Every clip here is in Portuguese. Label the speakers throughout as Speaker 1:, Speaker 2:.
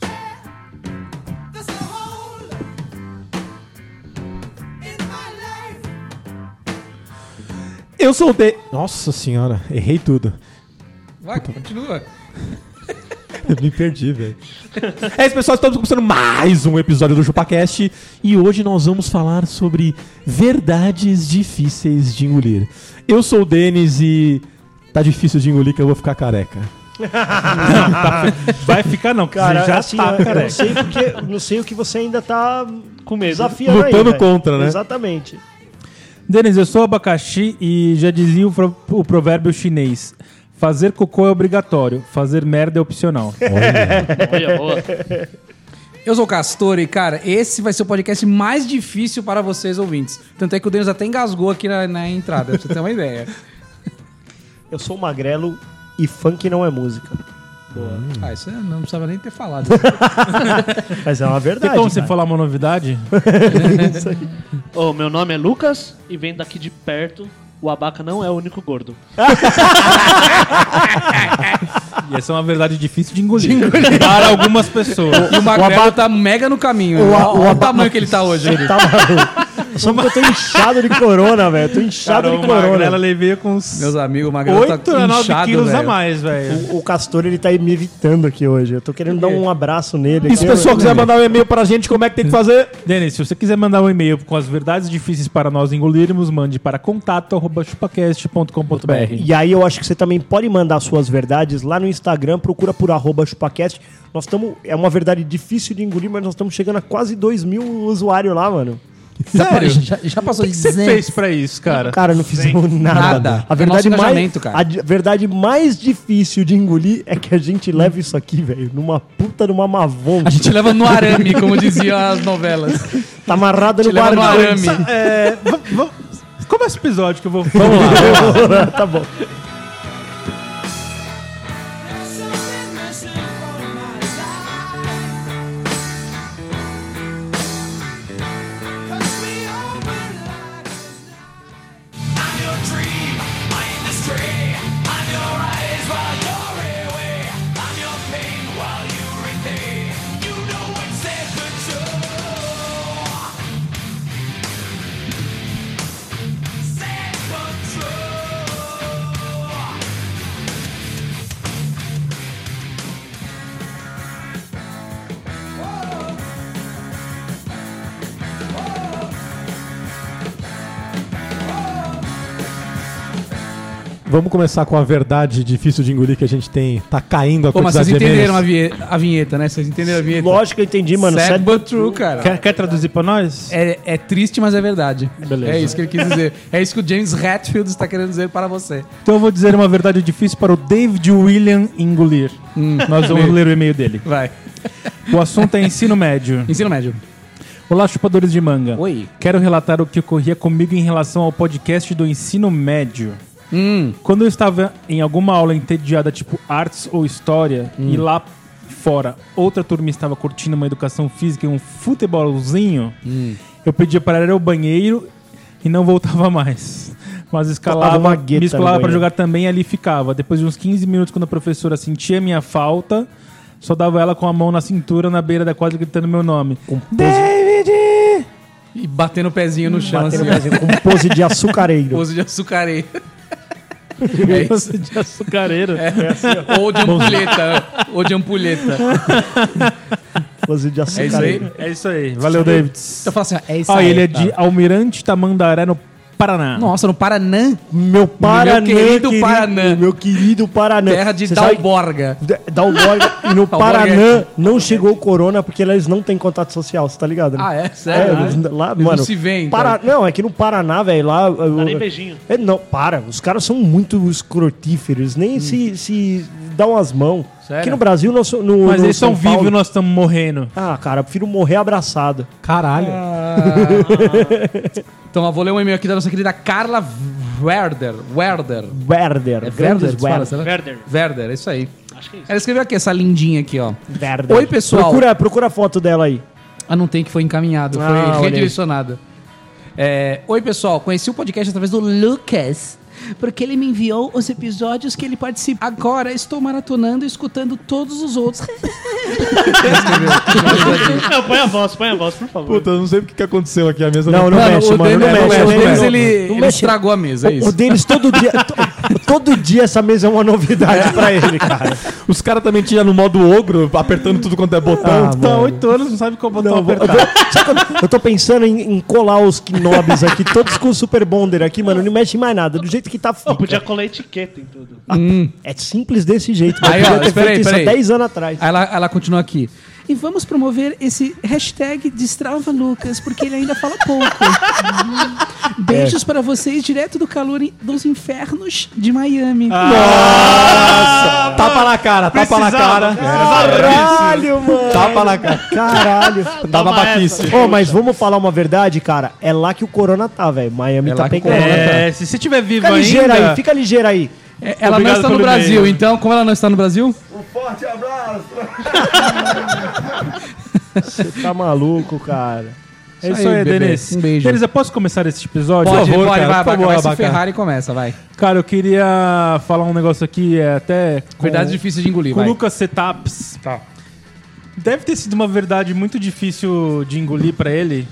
Speaker 1: There's a hole in my life.
Speaker 2: Eu sou o De... Nossa senhora, errei tudo.
Speaker 3: Vai, continua.
Speaker 2: Eu me perdi, velho. é isso, pessoal. Estamos começando mais um episódio do ChupaCast. E hoje nós vamos falar sobre verdades difíceis de engolir. Eu sou o Denis e tá difícil de engolir que eu vou ficar careca.
Speaker 4: Vai ficar não, cara.
Speaker 5: Cara,
Speaker 4: Você já
Speaker 5: assim,
Speaker 4: tá,
Speaker 5: eu, eu
Speaker 4: cara.
Speaker 5: não sei porque, não sei o que você ainda tá com medo. Desafiando aí,
Speaker 2: Lutando
Speaker 5: velho.
Speaker 2: contra, né?
Speaker 5: Exatamente.
Speaker 4: Denis, eu sou abacaxi e já dizia o, pro- o provérbio chinês: fazer cocô é obrigatório, fazer merda é opcional.
Speaker 6: Olha, boa.
Speaker 3: Eu sou o Castor e, cara, esse vai ser o podcast mais difícil para vocês ouvintes. Tanto é que o Denis até engasgou aqui na, na entrada, pra você ter uma ideia.
Speaker 5: Eu sou magrelo e funk não é música.
Speaker 3: Ah, isso eu não precisava nem ter falado.
Speaker 5: Mas é uma
Speaker 4: Tem
Speaker 5: verdade.
Speaker 4: como Então, você
Speaker 5: cara.
Speaker 4: falar uma novidade?
Speaker 6: Ô, meu nome é Lucas e vem daqui de perto. O abaca não é o único gordo.
Speaker 4: E essa é uma verdade difícil de engolir. Para algumas pessoas.
Speaker 3: E o Magrelo tá mega no caminho. né?
Speaker 5: O
Speaker 3: Olha
Speaker 5: a- o
Speaker 3: o,
Speaker 5: Abaca-
Speaker 3: tamanho que ele tá hoje.
Speaker 5: Você tá maluco. Só porque eu tô inchado de corona, velho. Tô inchado
Speaker 4: Cara,
Speaker 5: de
Speaker 4: o
Speaker 5: corona.
Speaker 4: Magrela ele veio com uns
Speaker 3: Meus amigos, o Magrelo
Speaker 4: 8
Speaker 3: tá
Speaker 4: a 9
Speaker 3: inchado,
Speaker 4: quilos a
Speaker 3: velho.
Speaker 4: mais, velho.
Speaker 5: O, o Castor, ele tá me evitando aqui hoje. Eu tô querendo dar um abraço nele.
Speaker 2: E se o
Speaker 5: aqui,
Speaker 2: pessoal
Speaker 5: eu-
Speaker 2: quiser mandar um e-mail pra gente, como é que tem que fazer?
Speaker 4: Denis, se você quiser mandar um e-mail com as verdades difíceis para nós engolirmos, mande para contato.chupacast.com.br.
Speaker 5: É. E aí eu acho que você também pode mandar suas verdades lá no Instagram, procura por arroba chupacast. Nós estamos. É uma verdade difícil de engolir, mas nós estamos chegando a quase 2 mil usuários lá, mano.
Speaker 4: Sério?
Speaker 3: Já, já passou
Speaker 4: O que
Speaker 3: de
Speaker 4: que você
Speaker 3: 200.
Speaker 4: fez pra isso, cara?
Speaker 5: Cara, não fizemos nada.
Speaker 3: Nada.
Speaker 5: A
Speaker 3: É
Speaker 5: verdade,
Speaker 3: nosso
Speaker 5: mais,
Speaker 3: engajamento, cara.
Speaker 5: a di- verdade mais difícil de engolir é que a gente leva isso aqui, velho, numa puta numa mavonga.
Speaker 3: A gente leva no arame, como diziam as novelas.
Speaker 5: Tá amarrada
Speaker 3: Te
Speaker 5: no
Speaker 3: leva no
Speaker 5: guarda.
Speaker 3: arame.
Speaker 4: É, v- v- Começa o é episódio que eu vou.
Speaker 5: tá bom.
Speaker 1: Something missing from my life. 'Cause we all belong. I'm your dream, my industry. I'm your eyes while you're away. I'm your pain while you repay. You know it's there to control.
Speaker 2: Vamos começar com a verdade difícil de engolir que a gente tem. Tá caindo a
Speaker 3: Pô, mas vocês
Speaker 2: quantidade de
Speaker 3: entenderam a
Speaker 2: e-mails.
Speaker 3: vie- a vinheta, né? Vocês entenderam a vinheta?
Speaker 5: Lógico que eu entendi, mano. é
Speaker 3: Sad
Speaker 5: Sad
Speaker 3: but true, cara.
Speaker 4: Quer, quer traduzir pra nós?
Speaker 3: É, é triste, mas é verdade.
Speaker 5: Beleza.
Speaker 3: É isso que ele quis dizer. É isso que o James Hetfield está querendo dizer para você.
Speaker 4: Então eu vou dizer uma verdade difícil para o David William engolir. Nós vamos ler o e-mail dele.
Speaker 3: Vai.
Speaker 4: O assunto é ensino médio.
Speaker 3: Ensino médio.
Speaker 4: Olá, chupadores de manga.
Speaker 3: Oi.
Speaker 4: Quero relatar o que ocorria comigo em relação ao podcast do ensino médio.
Speaker 3: Hum.
Speaker 4: Quando eu estava em alguma aula entediada, tipo artes ou história,
Speaker 5: Hum.
Speaker 4: e lá fora outra turma estava curtindo uma educação física e um futebolzinho,
Speaker 5: Hum.
Speaker 4: eu pedia para ir ao banheiro e não voltava mais. Mas
Speaker 5: Tocava uma
Speaker 4: escalava,
Speaker 5: gueta
Speaker 4: me escolava
Speaker 5: no
Speaker 4: para
Speaker 5: banheiro.
Speaker 4: jogar também e ali ficava. Depois de uns 15 minutos, quando a professora sentia minha falta, só dava ela com a mão na cintura, na beira da quadra, gritando meu nome. David!
Speaker 3: E batendo o pezinho no
Speaker 4: Então,
Speaker 3: chão,
Speaker 5: batendo
Speaker 3: assim.
Speaker 5: Brasil, com pose de açucareiro.
Speaker 3: Pouso de açucareiro. É isso.
Speaker 4: de açucareiro.
Speaker 5: É.
Speaker 3: Ou de ampulheta. Ou de ampulheta.
Speaker 5: Pose de
Speaker 3: É isso aí.
Speaker 5: açucareiro.
Speaker 4: É isso aí. Valeu, David.
Speaker 3: Então fala assim, ó, é isso
Speaker 4: Ah,
Speaker 3: aí.
Speaker 4: ele é
Speaker 3: cara.
Speaker 4: de Almirante Tamandaré, no Paraná.
Speaker 3: Nossa, no Paranã,
Speaker 5: Meu Paranã.
Speaker 3: querido Paranã.
Speaker 5: Meu querido Paranã.
Speaker 3: terra de
Speaker 5: Você sabe-
Speaker 3: Dalborga.
Speaker 5: Da- Dá um gole. E
Speaker 3: Dalborga
Speaker 5: no Paranã não chegou o corona porque eles não têm contato social, você tá ligado? né?
Speaker 3: Ah, é? Sério?
Speaker 5: eles- lá,
Speaker 3: Eles
Speaker 5: mano,
Speaker 3: não se veem, então.
Speaker 5: Para- Não, é que no Paraná, velho, lá. eu-
Speaker 6: Tá nem beijinho.
Speaker 5: É, não, para. Os caras são muito escrotíferos. Nem se, se dão as mãos.
Speaker 3: Hum. Sério?
Speaker 5: Aqui no Brasil, nós, so- no,
Speaker 4: Mas
Speaker 5: no
Speaker 4: eles
Speaker 5: São
Speaker 4: estão vivos e
Speaker 5: Paulo-
Speaker 4: nós estamos morrendo.
Speaker 5: Ah, cara, eu prefiro morrer abraçado.
Speaker 1: Caralho.
Speaker 3: Então eu vou ler um e-mail aqui da nossa querida Carla Werder. Werder.
Speaker 5: Werder.
Speaker 3: É
Speaker 5: grandes
Speaker 3: Werder? que se fala, será?
Speaker 6: Werder.
Speaker 3: Werder, é isso aí.
Speaker 6: Acho que é isso.
Speaker 3: Ela escreveu aqui, essa lindinha aqui, ó.
Speaker 5: Werder.
Speaker 3: Oi, pessoal.
Speaker 5: Procura, procura a foto dela aí.
Speaker 3: Ah, não tem que foi encaminhado,
Speaker 5: Ah, olha aí.
Speaker 3: foi redirecionado. É, Oi, pessoal, conheci o podcast através do Lucas, porque ele me enviou os episódios que ele participa. Agora estou maratonando e escutando todos os outros.
Speaker 6: É, Não, põe a voz, põe a voz, por favor.
Speaker 1: Puta, eu não sei o que, que aconteceu aqui. A mesa
Speaker 5: Não, não mexe, mano.
Speaker 3: Denis-
Speaker 5: Não
Speaker 3: o
Speaker 5: mexe, não
Speaker 3: Denis,
Speaker 5: mexe.
Speaker 3: ele,
Speaker 5: Não
Speaker 3: ele
Speaker 5: mexe.
Speaker 3: estragou a mesa, é
Speaker 5: O, o
Speaker 3: isso.
Speaker 5: deles todo dia. to- todo dia essa mesa é uma novidade pra ele, cara.
Speaker 1: Os caras também tinham no modo ogro, apertando tudo quanto é botão.
Speaker 5: Ah,
Speaker 1: Tu
Speaker 5: mano.
Speaker 1: anos, não sabe qual
Speaker 5: Não, eu vou- eu vou- sabe quando- eu tô pensando em, em colar os knobs aqui, todos com o Super Bonder aqui, mano. Não mexe em mais nada. Do jeito que tá. fica.
Speaker 6: Podia colar etiqueta em tudo.
Speaker 5: É simples desse jeito. mas
Speaker 3: Aí,
Speaker 5: podia
Speaker 3: ó,
Speaker 5: ter
Speaker 3: espera aí,
Speaker 5: feito isso
Speaker 3: espera
Speaker 5: há
Speaker 3: aí.
Speaker 5: 10 anos atrás.
Speaker 3: Aí Ela, ela continua aqui. E vamos promover esse hashtag Destrava Lucas, porque ele ainda fala pouco.
Speaker 5: É.
Speaker 3: Beijos para vocês direto do calor in- dos infernos de Miami.
Speaker 1: Tapa na cara, tapa na cara.
Speaker 3: é
Speaker 5: Caralho, mano.
Speaker 1: Tapa na cara.
Speaker 5: Caralho.
Speaker 1: Tava
Speaker 6: é
Speaker 1: baquice.
Speaker 5: Ô, mas vamos falar uma verdade, cara. É lá que o Corona tá, velho. Miami
Speaker 3: É lá
Speaker 5: tá
Speaker 3: que o
Speaker 5: pegando.
Speaker 3: Corona tá.
Speaker 5: É.
Speaker 4: É, se você tiver vivo
Speaker 5: Fica ligeiro
Speaker 4: ainda...
Speaker 5: aí, fica ligeiro aí.
Speaker 3: É, ela não
Speaker 4: Obrigado
Speaker 3: está no
Speaker 4: pelo
Speaker 3: Brasil,
Speaker 4: e-mail.
Speaker 3: então, como ela não está no Brasil?
Speaker 5: Você tá maluco, cara.
Speaker 4: É isso aí,
Speaker 3: bebê.
Speaker 4: Denis.
Speaker 3: Um beijo.
Speaker 4: Denis, eu posso começar esse episódio?
Speaker 3: Pode,
Speaker 4: Por favor,
Speaker 3: pode,
Speaker 4: cara,
Speaker 3: vai,
Speaker 4: por
Speaker 3: abaca,
Speaker 4: favor,
Speaker 3: vai, se
Speaker 4: abaca.
Speaker 3: ferrar e começa, vai.
Speaker 4: Cara, eu queria falar um negócio aqui, é até... com-
Speaker 3: Verdades difíceis de engolir,
Speaker 4: Com o
Speaker 3: vai.
Speaker 4: Lucas Setaps. Tá. Deve ter sido uma verdade muito difícil de engolir pra ele.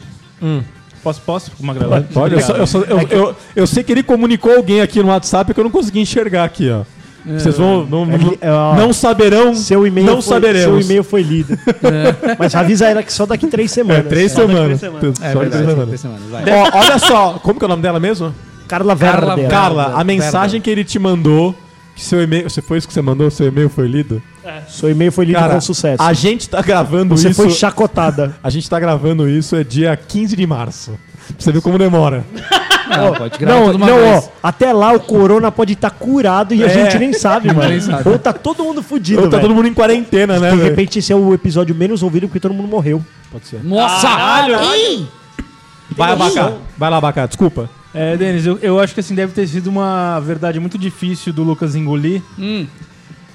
Speaker 4: Posso, posso? Magrela?
Speaker 1: Olha, eu, só- Hum. eu, só- eu, eu, eu sei que ele comunicou alguém aqui no WhatsApp que eu não consegui enxergar aqui, ó. Vocês vão. Não,
Speaker 5: É que- é, ó,
Speaker 1: não saberão.
Speaker 5: Seu e-mail
Speaker 1: Não
Speaker 5: foi, seu
Speaker 1: saberemos.
Speaker 5: e-mail foi lido.
Speaker 3: É.
Speaker 5: Mas avisa ela que só daqui três
Speaker 1: É,
Speaker 5: semanas. É.
Speaker 1: três
Speaker 6: daqui
Speaker 1: semanas.
Speaker 6: três semanas.
Speaker 1: Só três semanas.
Speaker 3: semanas, vai.
Speaker 1: Ó, olha só, como que é o nome dela mesmo?
Speaker 5: Carla
Speaker 3: Carla-
Speaker 5: Werder.
Speaker 1: Carla, a
Speaker 3: Verda.
Speaker 1: mensagem que ele te mandou, que seu e-mail. Você foi isso que você mandou? Seu e-mail foi lido?
Speaker 5: Seu e-mail foi lido com sucesso.
Speaker 1: A gente tá gravando
Speaker 5: Você
Speaker 1: isso.
Speaker 5: foi chacotada.
Speaker 1: A gente tá gravando isso, é dia 15 de março. Pra você ver como demora.
Speaker 3: Não, pode gravar
Speaker 5: Não,
Speaker 3: tudo uma
Speaker 5: não,
Speaker 3: vez.
Speaker 5: ó. Até lá o corona pode estar curado e a
Speaker 1: É.
Speaker 5: gente nem sabe, mano.
Speaker 3: Nem sabe.
Speaker 5: Ou tá todo mundo fudido,
Speaker 1: Então tá
Speaker 5: velho.
Speaker 1: todo mundo em quarentena, né?
Speaker 5: De
Speaker 1: velho?
Speaker 5: repente esse é o episódio menos ouvido porque todo mundo morreu.
Speaker 1: Pode ser.
Speaker 3: Nossa!
Speaker 1: Vai
Speaker 5: assim.
Speaker 1: abacar. Ah, Vai lá abacar, desculpa.
Speaker 4: É, Denis, eu, eu acho que assim deve ter sido uma verdade muito difícil do Lucas engolir.
Speaker 1: Hum.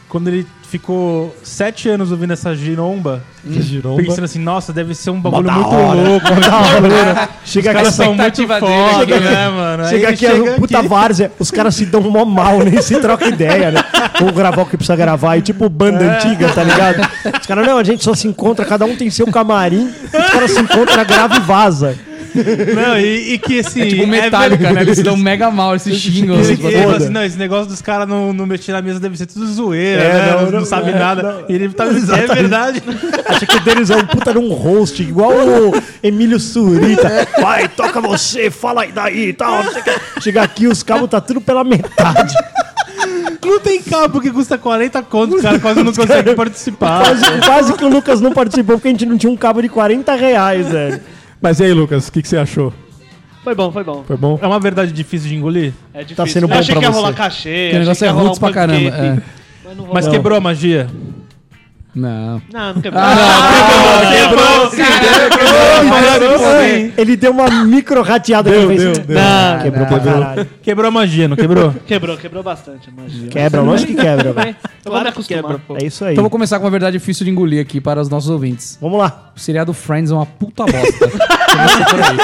Speaker 4: Quando ele ficou sete anos ouvindo essa giromba,
Speaker 1: Giromba.
Speaker 4: pensando assim, nossa, deve ser um bagulho
Speaker 1: da
Speaker 4: muito
Speaker 1: hora.
Speaker 4: louco.
Speaker 5: Chega
Speaker 4: Os
Speaker 5: aqui,
Speaker 4: caras são muito
Speaker 3: expectativa dele
Speaker 4: foda,
Speaker 3: aqui, né?
Speaker 4: né, mano? Aí
Speaker 5: chega
Speaker 4: ele
Speaker 5: aqui a puta várzea, os caras se dão mó mal, nem se troca ideia, né? Vamos gravar o que precisa gravar, e tipo banda antiga, tá ligado? Os caras, não, a gente só se encontra, cada um tem seu camarim, os caras se encontram, grava e vaza.
Speaker 4: Não, e, e que assim. É
Speaker 3: Tipo Metallica, né? Eles se dão mega mal, eles se xingam.
Speaker 4: Esse,
Speaker 3: eles-
Speaker 4: ele fala
Speaker 5: foda.
Speaker 4: assim, não, esse negócio dos caras não, não mexer na mesa deve ser tudo zoeira,
Speaker 5: É,
Speaker 4: né?
Speaker 5: não,
Speaker 4: Não,
Speaker 5: não,
Speaker 4: sabe
Speaker 5: é,
Speaker 4: nada.
Speaker 5: não.
Speaker 4: E ele tava dizendo, é verdade.
Speaker 5: Acha que o Denis é um puta de um host, igual o Emílio Surita. Vai, toca você, fala aí daí e tal. não sei o que. Chega aqui, os cabos tá tudo pela metade.
Speaker 4: Não tem cabo que custa 40 conto, o cara quase não consegue participar.
Speaker 5: Quase, quase que o Lucas não participou, porque a gente não tinha um cabo de 40 reais, velho.
Speaker 1: Mas e aí, Lucas, o que, que você achou?
Speaker 6: Foi bom, foi bom.
Speaker 1: Foi bom?
Speaker 4: É uma verdade difícil de engolir?
Speaker 6: É difícil.
Speaker 5: Tá sendo bom
Speaker 6: eu achei
Speaker 5: pra
Speaker 6: que ia
Speaker 5: você.
Speaker 6: rolar cachê.
Speaker 3: Que o negócio é roots
Speaker 6: um
Speaker 3: pra caramba. é.
Speaker 4: Mas
Speaker 5: Não.
Speaker 4: quebrou a magia.
Speaker 3: Ah, Não.
Speaker 6: Não, não quebrou.
Speaker 5: Ele deu uma micro rateada que fez. um-
Speaker 6: Não,
Speaker 5: Quebrou pra caralho.
Speaker 4: Quebrou a magia, não quebrou?
Speaker 6: Quebrou, quebrou bastante, imagina.
Speaker 5: Quebra, lógico que quebra, velho.
Speaker 6: Eu vou me acostumar.
Speaker 5: É isso aí.
Speaker 3: Então vou começar com uma verdade difícil de engolir aqui para os nossos ouvintes.
Speaker 5: Vamos lá.
Speaker 3: O seriado Friends é uma puta bosta. Começa por aí.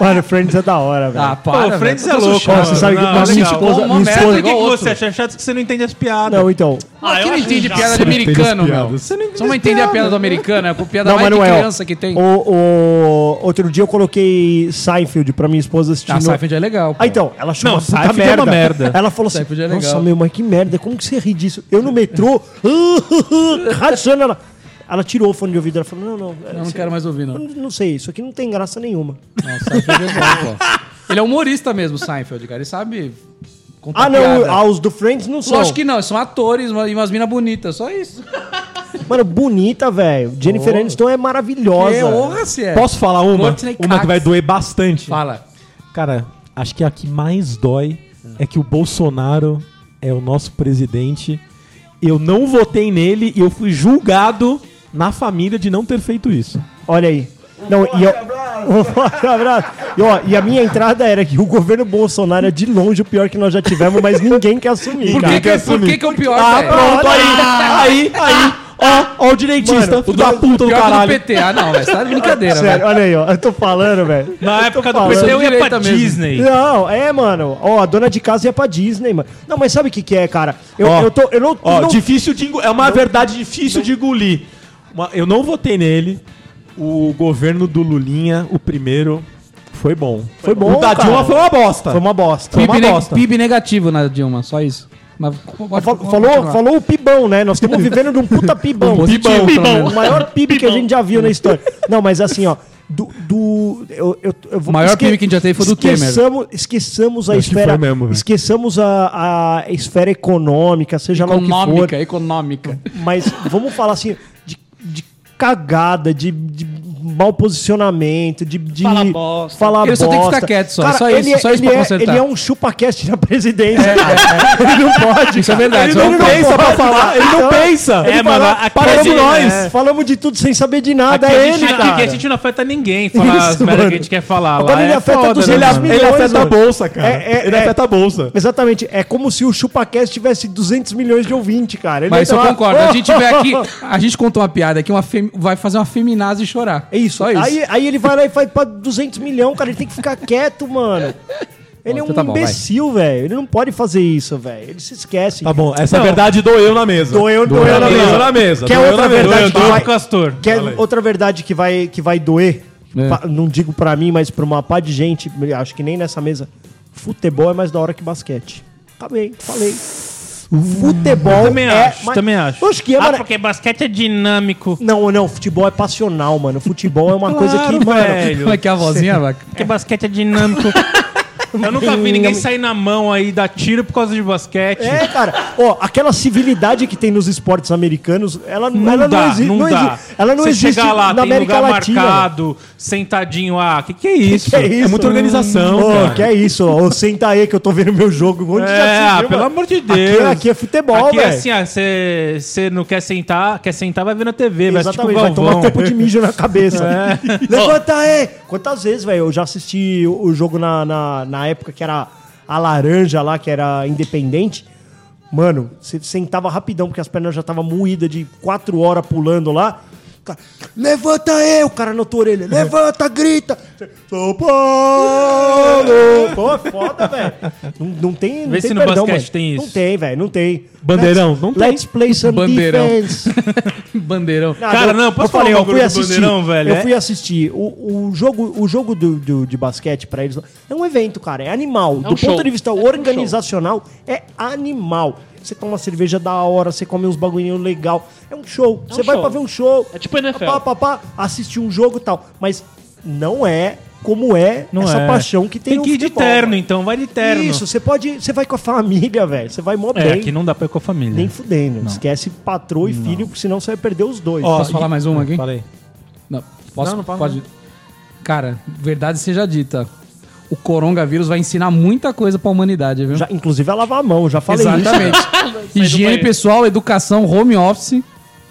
Speaker 5: Mano, Friends é da hora, velho.
Speaker 3: Ah, para,
Speaker 4: Pô,
Speaker 3: velho.
Speaker 4: Friends é
Speaker 3: Tô
Speaker 4: louco.
Speaker 3: assustado.
Speaker 5: Ó, você sabe que
Speaker 4: Não,
Speaker 5: quando minha
Speaker 4: legal.
Speaker 5: esposa.
Speaker 3: Pô,
Speaker 5: Minha
Speaker 3: uma merda,
Speaker 5: esposa
Speaker 4: O É, que, que
Speaker 3: igual
Speaker 4: você
Speaker 3: outro.
Speaker 4: acha? Chato que você não entende as piadas.
Speaker 5: não, então.
Speaker 6: Ah,
Speaker 3: Ah,
Speaker 6: eu
Speaker 3: que não
Speaker 6: acho
Speaker 3: entende
Speaker 6: já.
Speaker 3: piada de
Speaker 1: Você não entende
Speaker 3: americano,
Speaker 1: as
Speaker 3: meu.
Speaker 1: piadas.
Speaker 4: Você não entende
Speaker 3: Só não
Speaker 4: as
Speaker 3: entende a
Speaker 4: piadas.
Speaker 3: piada do americano, é a piada
Speaker 5: Não,
Speaker 3: mais de
Speaker 5: Manuel.
Speaker 3: criança que tem.
Speaker 5: O, o- outro dia eu coloquei Seinfeld pra minha esposa assistir.
Speaker 3: Ah,
Speaker 5: no-
Speaker 3: Seinfeld é legal. pô.
Speaker 5: Ah, então, ela achou
Speaker 4: Não,
Speaker 5: uma puta
Speaker 4: Seinfeld é
Speaker 5: merda.
Speaker 4: uma merda.
Speaker 5: Ela falou assim,
Speaker 3: Seinfeld é legal.
Speaker 5: nossa, meu, mas que merda, como que você ri disso? Eu no metrô, rachando, ela... Ela tirou o fone de ouvido, ela falou, não, não,
Speaker 3: Eu não quero mais ouvir, não.
Speaker 5: não, não sei, isso aqui não tem graça nenhuma.
Speaker 3: Nossa, Seinfeld é bom, pô. Ele é humorista mesmo, Seinfeld, cara. Ele sabe contar
Speaker 5: Ah, não,
Speaker 3: piada.
Speaker 5: ah, os do Friends não são.
Speaker 3: Lógico que não, são atores uma- e umas minas bonitas, só isso.
Speaker 5: Mano, bonita, velho. Jennifer Aniston é maravilhosa.
Speaker 3: Oh. É honra se é.
Speaker 1: Posso falar uma?
Speaker 3: Courtney Cox.
Speaker 1: Uma que vai doer bastante.
Speaker 3: Fala.
Speaker 1: Cara, acho que a que mais dói é que o Bolsonaro é o nosso presidente Eu não votei nele e eu fui julgado na família de não ter feito isso.
Speaker 5: Olha aí. Não, e eu... Um forte abraço. E, ó, e a minha entrada era que o governo Bolsonaro é de longe o pior que nós já tivemos, mas ninguém quer assumir.
Speaker 3: Por
Speaker 5: cara.
Speaker 3: que, que, por que que é o pior,
Speaker 1: Ah,
Speaker 3: velho?
Speaker 1: pronto, aí, aí, aí. Ó, ó o direitista,
Speaker 5: Mano,
Speaker 1: filho da puta do
Speaker 3: pior que
Speaker 1: caralho.
Speaker 3: do PT. Ah, não, velho. Você tá de brincadeira,
Speaker 5: Sério, é
Speaker 3: velho.
Speaker 5: olha aí, ó. Eu tô falando, velho.
Speaker 4: Na época do
Speaker 5: falando.
Speaker 4: PT eu ia
Speaker 3: Direita
Speaker 4: pra
Speaker 3: mesmo.
Speaker 4: Disney.
Speaker 5: Não, é, mano. Ó, a dona de casa ia pra Disney, mano. Não, mas sabe o que que é, cara? Eu,
Speaker 1: Ó,
Speaker 5: eu tô... Eu não,
Speaker 1: Ó,
Speaker 5: não-
Speaker 1: difícil de engo- É uma verdade difícil de engolir. Uma- Eu não votei nele. O governo do Lulinha, o primeiro, foi bom. Foi
Speaker 5: bom,
Speaker 1: O da
Speaker 5: cara.
Speaker 1: Dilma foi uma bosta.
Speaker 5: Foi é uma bosta.
Speaker 1: Foi uma
Speaker 3: PIB, neg-
Speaker 1: bosta.
Speaker 3: PIB negativo na Dilma, só isso. Mas
Speaker 5: Ó,
Speaker 3: pode-
Speaker 5: fa-
Speaker 3: pode
Speaker 5: Ah, Falou,
Speaker 3: continuar.
Speaker 5: falou o pibão, né? Nós estamos vivendo de um puta pibão.
Speaker 3: Um positivo, pelo menos. É.
Speaker 5: O maior PIB que a gente já viu na história. Não, mas assim, ó. Do. do- eu, eu, eu vou-
Speaker 3: O maior PIB que a gente já teve foi do Temer.
Speaker 5: esqueçamos, esqueçamos a
Speaker 1: Acho que
Speaker 5: esfera.
Speaker 1: foi mesmo, velho.
Speaker 5: esqueçamos a, a esfera econômica, seja lá o que for.
Speaker 3: Econômica, econômica.
Speaker 5: Mas vamos falar assim de, de cagada, de, de mau posicionamento, de, de
Speaker 6: Falar bosta.
Speaker 5: falar
Speaker 3: Ele só tem que
Speaker 5: bosta.
Speaker 3: ficar quieto só, só
Speaker 5: ele
Speaker 3: isso,
Speaker 5: é-
Speaker 3: só isso
Speaker 5: ele
Speaker 3: pra É.
Speaker 5: é-
Speaker 3: consertar.
Speaker 5: Ele é um chupa-cast na presidência. cara. Ele não pode.
Speaker 3: Isso é verdade.
Speaker 1: Ele
Speaker 3: só
Speaker 1: não
Speaker 3: um ponto.
Speaker 1: pensa pra falar, ele não pensa.
Speaker 5: Então, Ele
Speaker 1: Ele
Speaker 4: É,
Speaker 5: fala,
Speaker 1: fala,
Speaker 5: paramos
Speaker 1: parece-
Speaker 5: nós,
Speaker 1: é.
Speaker 5: falamos de tudo sem saber de nada.
Speaker 4: Aqui,
Speaker 5: é
Speaker 4: a gente, tá,
Speaker 5: ele,
Speaker 4: aqui
Speaker 5: cara.
Speaker 4: a gente não afeta ninguém falar as
Speaker 5: Isso,
Speaker 4: merdas
Speaker 5: mano.
Speaker 4: que a gente quer falar.
Speaker 5: Agora
Speaker 4: lá
Speaker 5: ele
Speaker 4: é
Speaker 5: afeta
Speaker 4: foda,
Speaker 5: 200
Speaker 4: né, mano?
Speaker 5: mil.
Speaker 1: Ele
Speaker 5: milhões,
Speaker 1: afeta a
Speaker 5: mano.
Speaker 1: bolsa, cara.
Speaker 5: É, é,
Speaker 1: ele
Speaker 5: é.
Speaker 1: afeta a bolsa.
Speaker 5: Exatamente. É como se o ChupaCast tivesse 200 milhões de ouvintes, cara. Ele
Speaker 3: Mas
Speaker 5: entra
Speaker 3: eu
Speaker 5: lá,
Speaker 3: concordo. A
Speaker 5: "Oh".
Speaker 3: gente vai aqui, a gente contou uma piada aqui, uma fem- vai fazer uma feminazi e chorar.
Speaker 5: É isso.
Speaker 3: Só isso.
Speaker 5: Aí, aí ele vai lá e faz pra 200 milhões, cara. Ele tem que ficar quieto, mano. Ele é
Speaker 3: Bom,
Speaker 5: um
Speaker 3: então tá bom, vai.
Speaker 5: imbecil, velho. Ele não pode fazer isso, velho. Ele se esquece.
Speaker 1: Tá bom, essa verdade doeu na mesa.
Speaker 5: Doeu, doeu, na mesa.
Speaker 1: Doeu na mesa.
Speaker 5: Quer
Speaker 1: doeu
Speaker 5: outra
Speaker 1: na mesa.
Speaker 5: verdade
Speaker 4: Doeu,
Speaker 5: que
Speaker 4: doeu
Speaker 5: vai-
Speaker 4: pro Castor.
Speaker 5: Quer
Speaker 1: Fala aí.
Speaker 5: outra verdade que vai, que vai doer?
Speaker 3: É.
Speaker 5: Pa- Não digo pra mim, mas pra uma pá de gente, acho que nem nessa mesa. Futebol é mais da hora que basquete. Acabei, falei. Futebol
Speaker 4: Também
Speaker 5: é
Speaker 4: acho,
Speaker 5: mais-
Speaker 4: também acho.
Speaker 5: Oxe, que é,
Speaker 4: ah,
Speaker 5: mano.
Speaker 4: porque basquete é dinâmico.
Speaker 5: Não, não, futebol é passional, mano. Futebol é uma coisa
Speaker 4: Claro,
Speaker 5: que, mano,
Speaker 4: velho.
Speaker 3: Como é que é a vozinha, vaca?
Speaker 4: Porque basquete é dinâmico. Eu nunca vi ninguém sair na mão aí e dar tiro por causa de basquete.
Speaker 5: É, cara. Ó, aquela civilidade que tem nos esportes americanos, ela
Speaker 4: Não
Speaker 5: não, ela
Speaker 4: dá,
Speaker 5: não existe.
Speaker 4: não,
Speaker 5: Não
Speaker 4: dá.
Speaker 5: existe. Ela não
Speaker 4: Você
Speaker 5: existe
Speaker 4: chegar lá, tem
Speaker 5: na América
Speaker 4: lugar
Speaker 5: Latina.
Speaker 4: marcado, sentadinho, ah, que que é isso?
Speaker 5: Que é isso?
Speaker 1: muita organização,
Speaker 5: Ô,
Speaker 1: cara.
Speaker 5: que é isso, ó. Ô, Senta aí que eu tô vendo meu jogo. Onde
Speaker 4: É,
Speaker 5: já se
Speaker 4: ah,
Speaker 5: viu,
Speaker 4: pelo
Speaker 5: mano?
Speaker 4: amor de
Speaker 5: Aqui,
Speaker 4: Deus.
Speaker 5: aqui é futebol,
Speaker 4: Aqui
Speaker 5: velho.
Speaker 4: é assim, ah, você não quer sentar, quer sentar, vai ver na TV, vai assistir com o
Speaker 5: Exatamente, vai tomar
Speaker 4: tipo, Galvão. É.
Speaker 5: um copo de mijo na cabeça. Levanta aí! Quantas vezes, velho, eu já assisti o o jogo na, na, na época que era a laranja lá, que era independente. Mano, você sentava rapidão, porque as pernas já estavam moídas de quatro horas pulando lá. Cara, Levanta aí, o cara na tua orelha. Levanta, grita. São Paulo! Pô, é foda, velho. Não, não tem, não
Speaker 4: Vê
Speaker 5: tem
Speaker 4: se no
Speaker 5: perdão,
Speaker 4: basquete
Speaker 5: mano.
Speaker 4: tem
Speaker 5: Não
Speaker 4: isso.
Speaker 5: tem, velho, não tem.
Speaker 1: Bandeirão,
Speaker 5: Let's-
Speaker 1: não tem.
Speaker 5: Let's play some
Speaker 3: Bandeirão.
Speaker 5: defense.
Speaker 3: Bandeirão.
Speaker 5: Nada,
Speaker 4: Cara,
Speaker 5: eu-
Speaker 4: não, posso
Speaker 5: eu falei,
Speaker 4: falar um
Speaker 5: eu
Speaker 4: bagulho
Speaker 5: fui
Speaker 4: do
Speaker 5: assistir,
Speaker 4: Bandeirão, velho?
Speaker 5: Eu
Speaker 4: É-
Speaker 5: fui assistir. O, o jogo, o jogo do, do- de basquete pra eles é um evento, cara. É animal. do
Speaker 6: show.
Speaker 5: ponto de vista organizacional, é animal. Você toma uma cerveja da hora, você come uns bagulhinhos legal. É um show. você vai
Speaker 6: show.
Speaker 5: pra ver um show.
Speaker 6: É tipo NFL.
Speaker 5: Pá, pá, pá, assistir um jogo e tal. Mas não é como é
Speaker 4: Não
Speaker 5: essa
Speaker 4: é.
Speaker 5: paixão que tem
Speaker 4: Tem
Speaker 5: no
Speaker 4: que ir de
Speaker 5: futebol,
Speaker 4: terno,
Speaker 5: mano.
Speaker 4: então, vai de terno.
Speaker 5: Isso, você pode. Você vai com a família, velho. Você vai mó
Speaker 4: É,
Speaker 5: bem.
Speaker 4: aqui não é. dá pra ir com a família.
Speaker 5: Nem fudendo. Esquece patroa e filho, porque senão você vai perder os dois.
Speaker 1: Ó,
Speaker 3: Posso falar mais uma aqui?
Speaker 1: Fala aí.
Speaker 3: Não, posso?
Speaker 1: Não, não fala,
Speaker 3: pode. Cara, verdade seja dita. O coronavírus vai ensinar muita coisa pra humanidade, viu?
Speaker 5: Já, inclusive a lavar a mão, já falei
Speaker 3: Exatamente. Higiene
Speaker 6: banheiro.
Speaker 3: pessoal, educação, home office.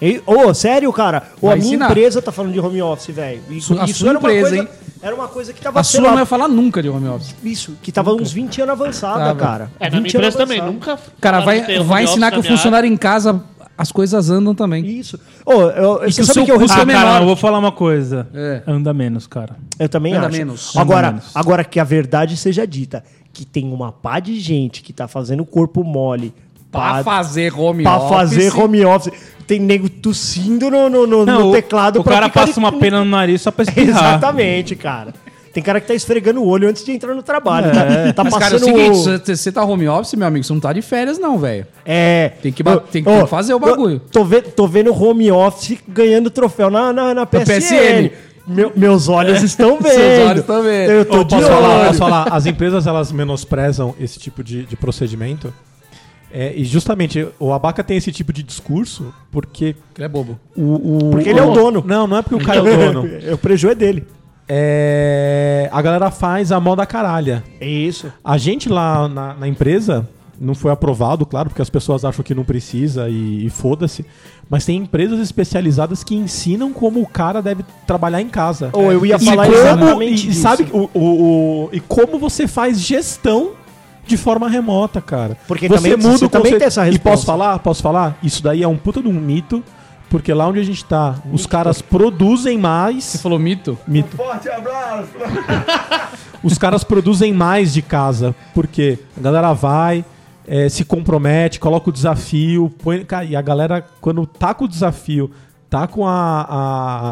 Speaker 5: isso. Ô, sério, cara? Ô, a
Speaker 3: Vai
Speaker 5: minha
Speaker 3: ensinar.
Speaker 5: empresa tá falando de home office, velho. E- Isso,
Speaker 3: Su- a sua empresa,
Speaker 5: coisa,
Speaker 3: hein?
Speaker 5: Era uma coisa que tava,
Speaker 3: A
Speaker 5: sei
Speaker 3: sua
Speaker 5: lá,
Speaker 3: não é ia falar nunca de home office.
Speaker 5: isso, que tava uns 20 anos avançada,
Speaker 3: Tava.
Speaker 5: cara.
Speaker 6: É, na
Speaker 5: 20
Speaker 6: minha
Speaker 5: anos
Speaker 6: empresa também.
Speaker 5: avançada.
Speaker 6: Nunca.
Speaker 3: Cara,
Speaker 6: falaram de ter
Speaker 3: vai,
Speaker 6: home
Speaker 3: vai
Speaker 6: office
Speaker 3: ensinar
Speaker 6: na
Speaker 3: que o
Speaker 6: minha área.
Speaker 3: funcionário em casa, as coisas andam também.
Speaker 5: Isso. Ô, eu,
Speaker 3: E
Speaker 5: você
Speaker 3: É que o
Speaker 5: sabe
Speaker 3: seu
Speaker 5: que eu
Speaker 3: custo
Speaker 5: recebi...
Speaker 4: Ah,
Speaker 3: menor.
Speaker 4: cara, eu vou falar uma coisa.
Speaker 3: É.
Speaker 4: Anda menos, cara.
Speaker 5: Eu também
Speaker 3: Anda
Speaker 5: acho.
Speaker 3: menos.
Speaker 5: Agora,
Speaker 4: Anda menos.
Speaker 5: agora que a verdade seja dita, que tem uma pá de gente que tá fazendo corpo mole
Speaker 3: Pra
Speaker 5: pra,
Speaker 3: fazer home
Speaker 5: pra
Speaker 3: office.
Speaker 5: fazer home office. Tem nego tossindo no, no, no- no
Speaker 4: o-
Speaker 5: teclado
Speaker 4: O cara
Speaker 5: ficar
Speaker 4: passa uma
Speaker 5: puto.
Speaker 4: pena no nariz só pra espirrar.
Speaker 5: Exatamente, cara. Tem cara que tá esfregando o olho antes de entrar no trabalho. Tá, tá
Speaker 3: Mas,
Speaker 5: passando
Speaker 3: cara, é o seguinte,
Speaker 5: o...
Speaker 3: você- você tá home office, meu amigo, você não tá de férias, não, velho.
Speaker 5: É.
Speaker 3: Tem que ba-
Speaker 5: Ô,
Speaker 3: tem que
Speaker 5: ô,
Speaker 3: fazer o
Speaker 5: eu
Speaker 3: bagulho.
Speaker 5: Tô, ve tô vendo home office ganhando troféu na, na, na PSN.
Speaker 3: PSN.
Speaker 5: Meu- meus olhos estão vendo.
Speaker 3: Seus olhos estão vendo.
Speaker 5: Eu tô
Speaker 1: Ô,
Speaker 5: de
Speaker 1: posso, falar, posso
Speaker 5: olho.
Speaker 1: falar? As empresas elas menosprezam esse tipo de, de procedimento. É, e justamente o Abaca tem esse tipo de discurso porque
Speaker 3: Ele é bobo.
Speaker 1: o, o-
Speaker 5: Porque ele é o dono.
Speaker 1: Não, não é porque o cara é o dono.
Speaker 5: o prejuízo é dele.
Speaker 1: É, a galera faz a moda caralha.
Speaker 5: É isso.
Speaker 1: A gente lá na, na empresa Não foi aprovado, claro, porque as pessoas acham que não precisa e, e foda-se. Mas tem empresas especializadas que ensinam como o cara deve trabalhar em casa.
Speaker 5: Ou eu ia
Speaker 1: E
Speaker 5: falar
Speaker 1: como-
Speaker 5: exatamente
Speaker 1: e,
Speaker 5: isso.
Speaker 1: sabe o, o- o- e como você faz gestão de forma remota, cara?
Speaker 5: Porque também- você
Speaker 1: o
Speaker 5: também
Speaker 1: conceito-
Speaker 5: tem essa
Speaker 1: E posso
Speaker 5: resposta.
Speaker 1: falar? Posso falar? Isso daí é um puta de um mito, porque lá onde a gente tá, os caras produzem
Speaker 3: Você
Speaker 1: mais.
Speaker 3: falou mito?
Speaker 1: Mito. Os caras produzem mais de casa, porque a galera vai, eh, se compromete, coloca o desafio, põe. Cara, e a galera, quando tá com o desafio, tá com a,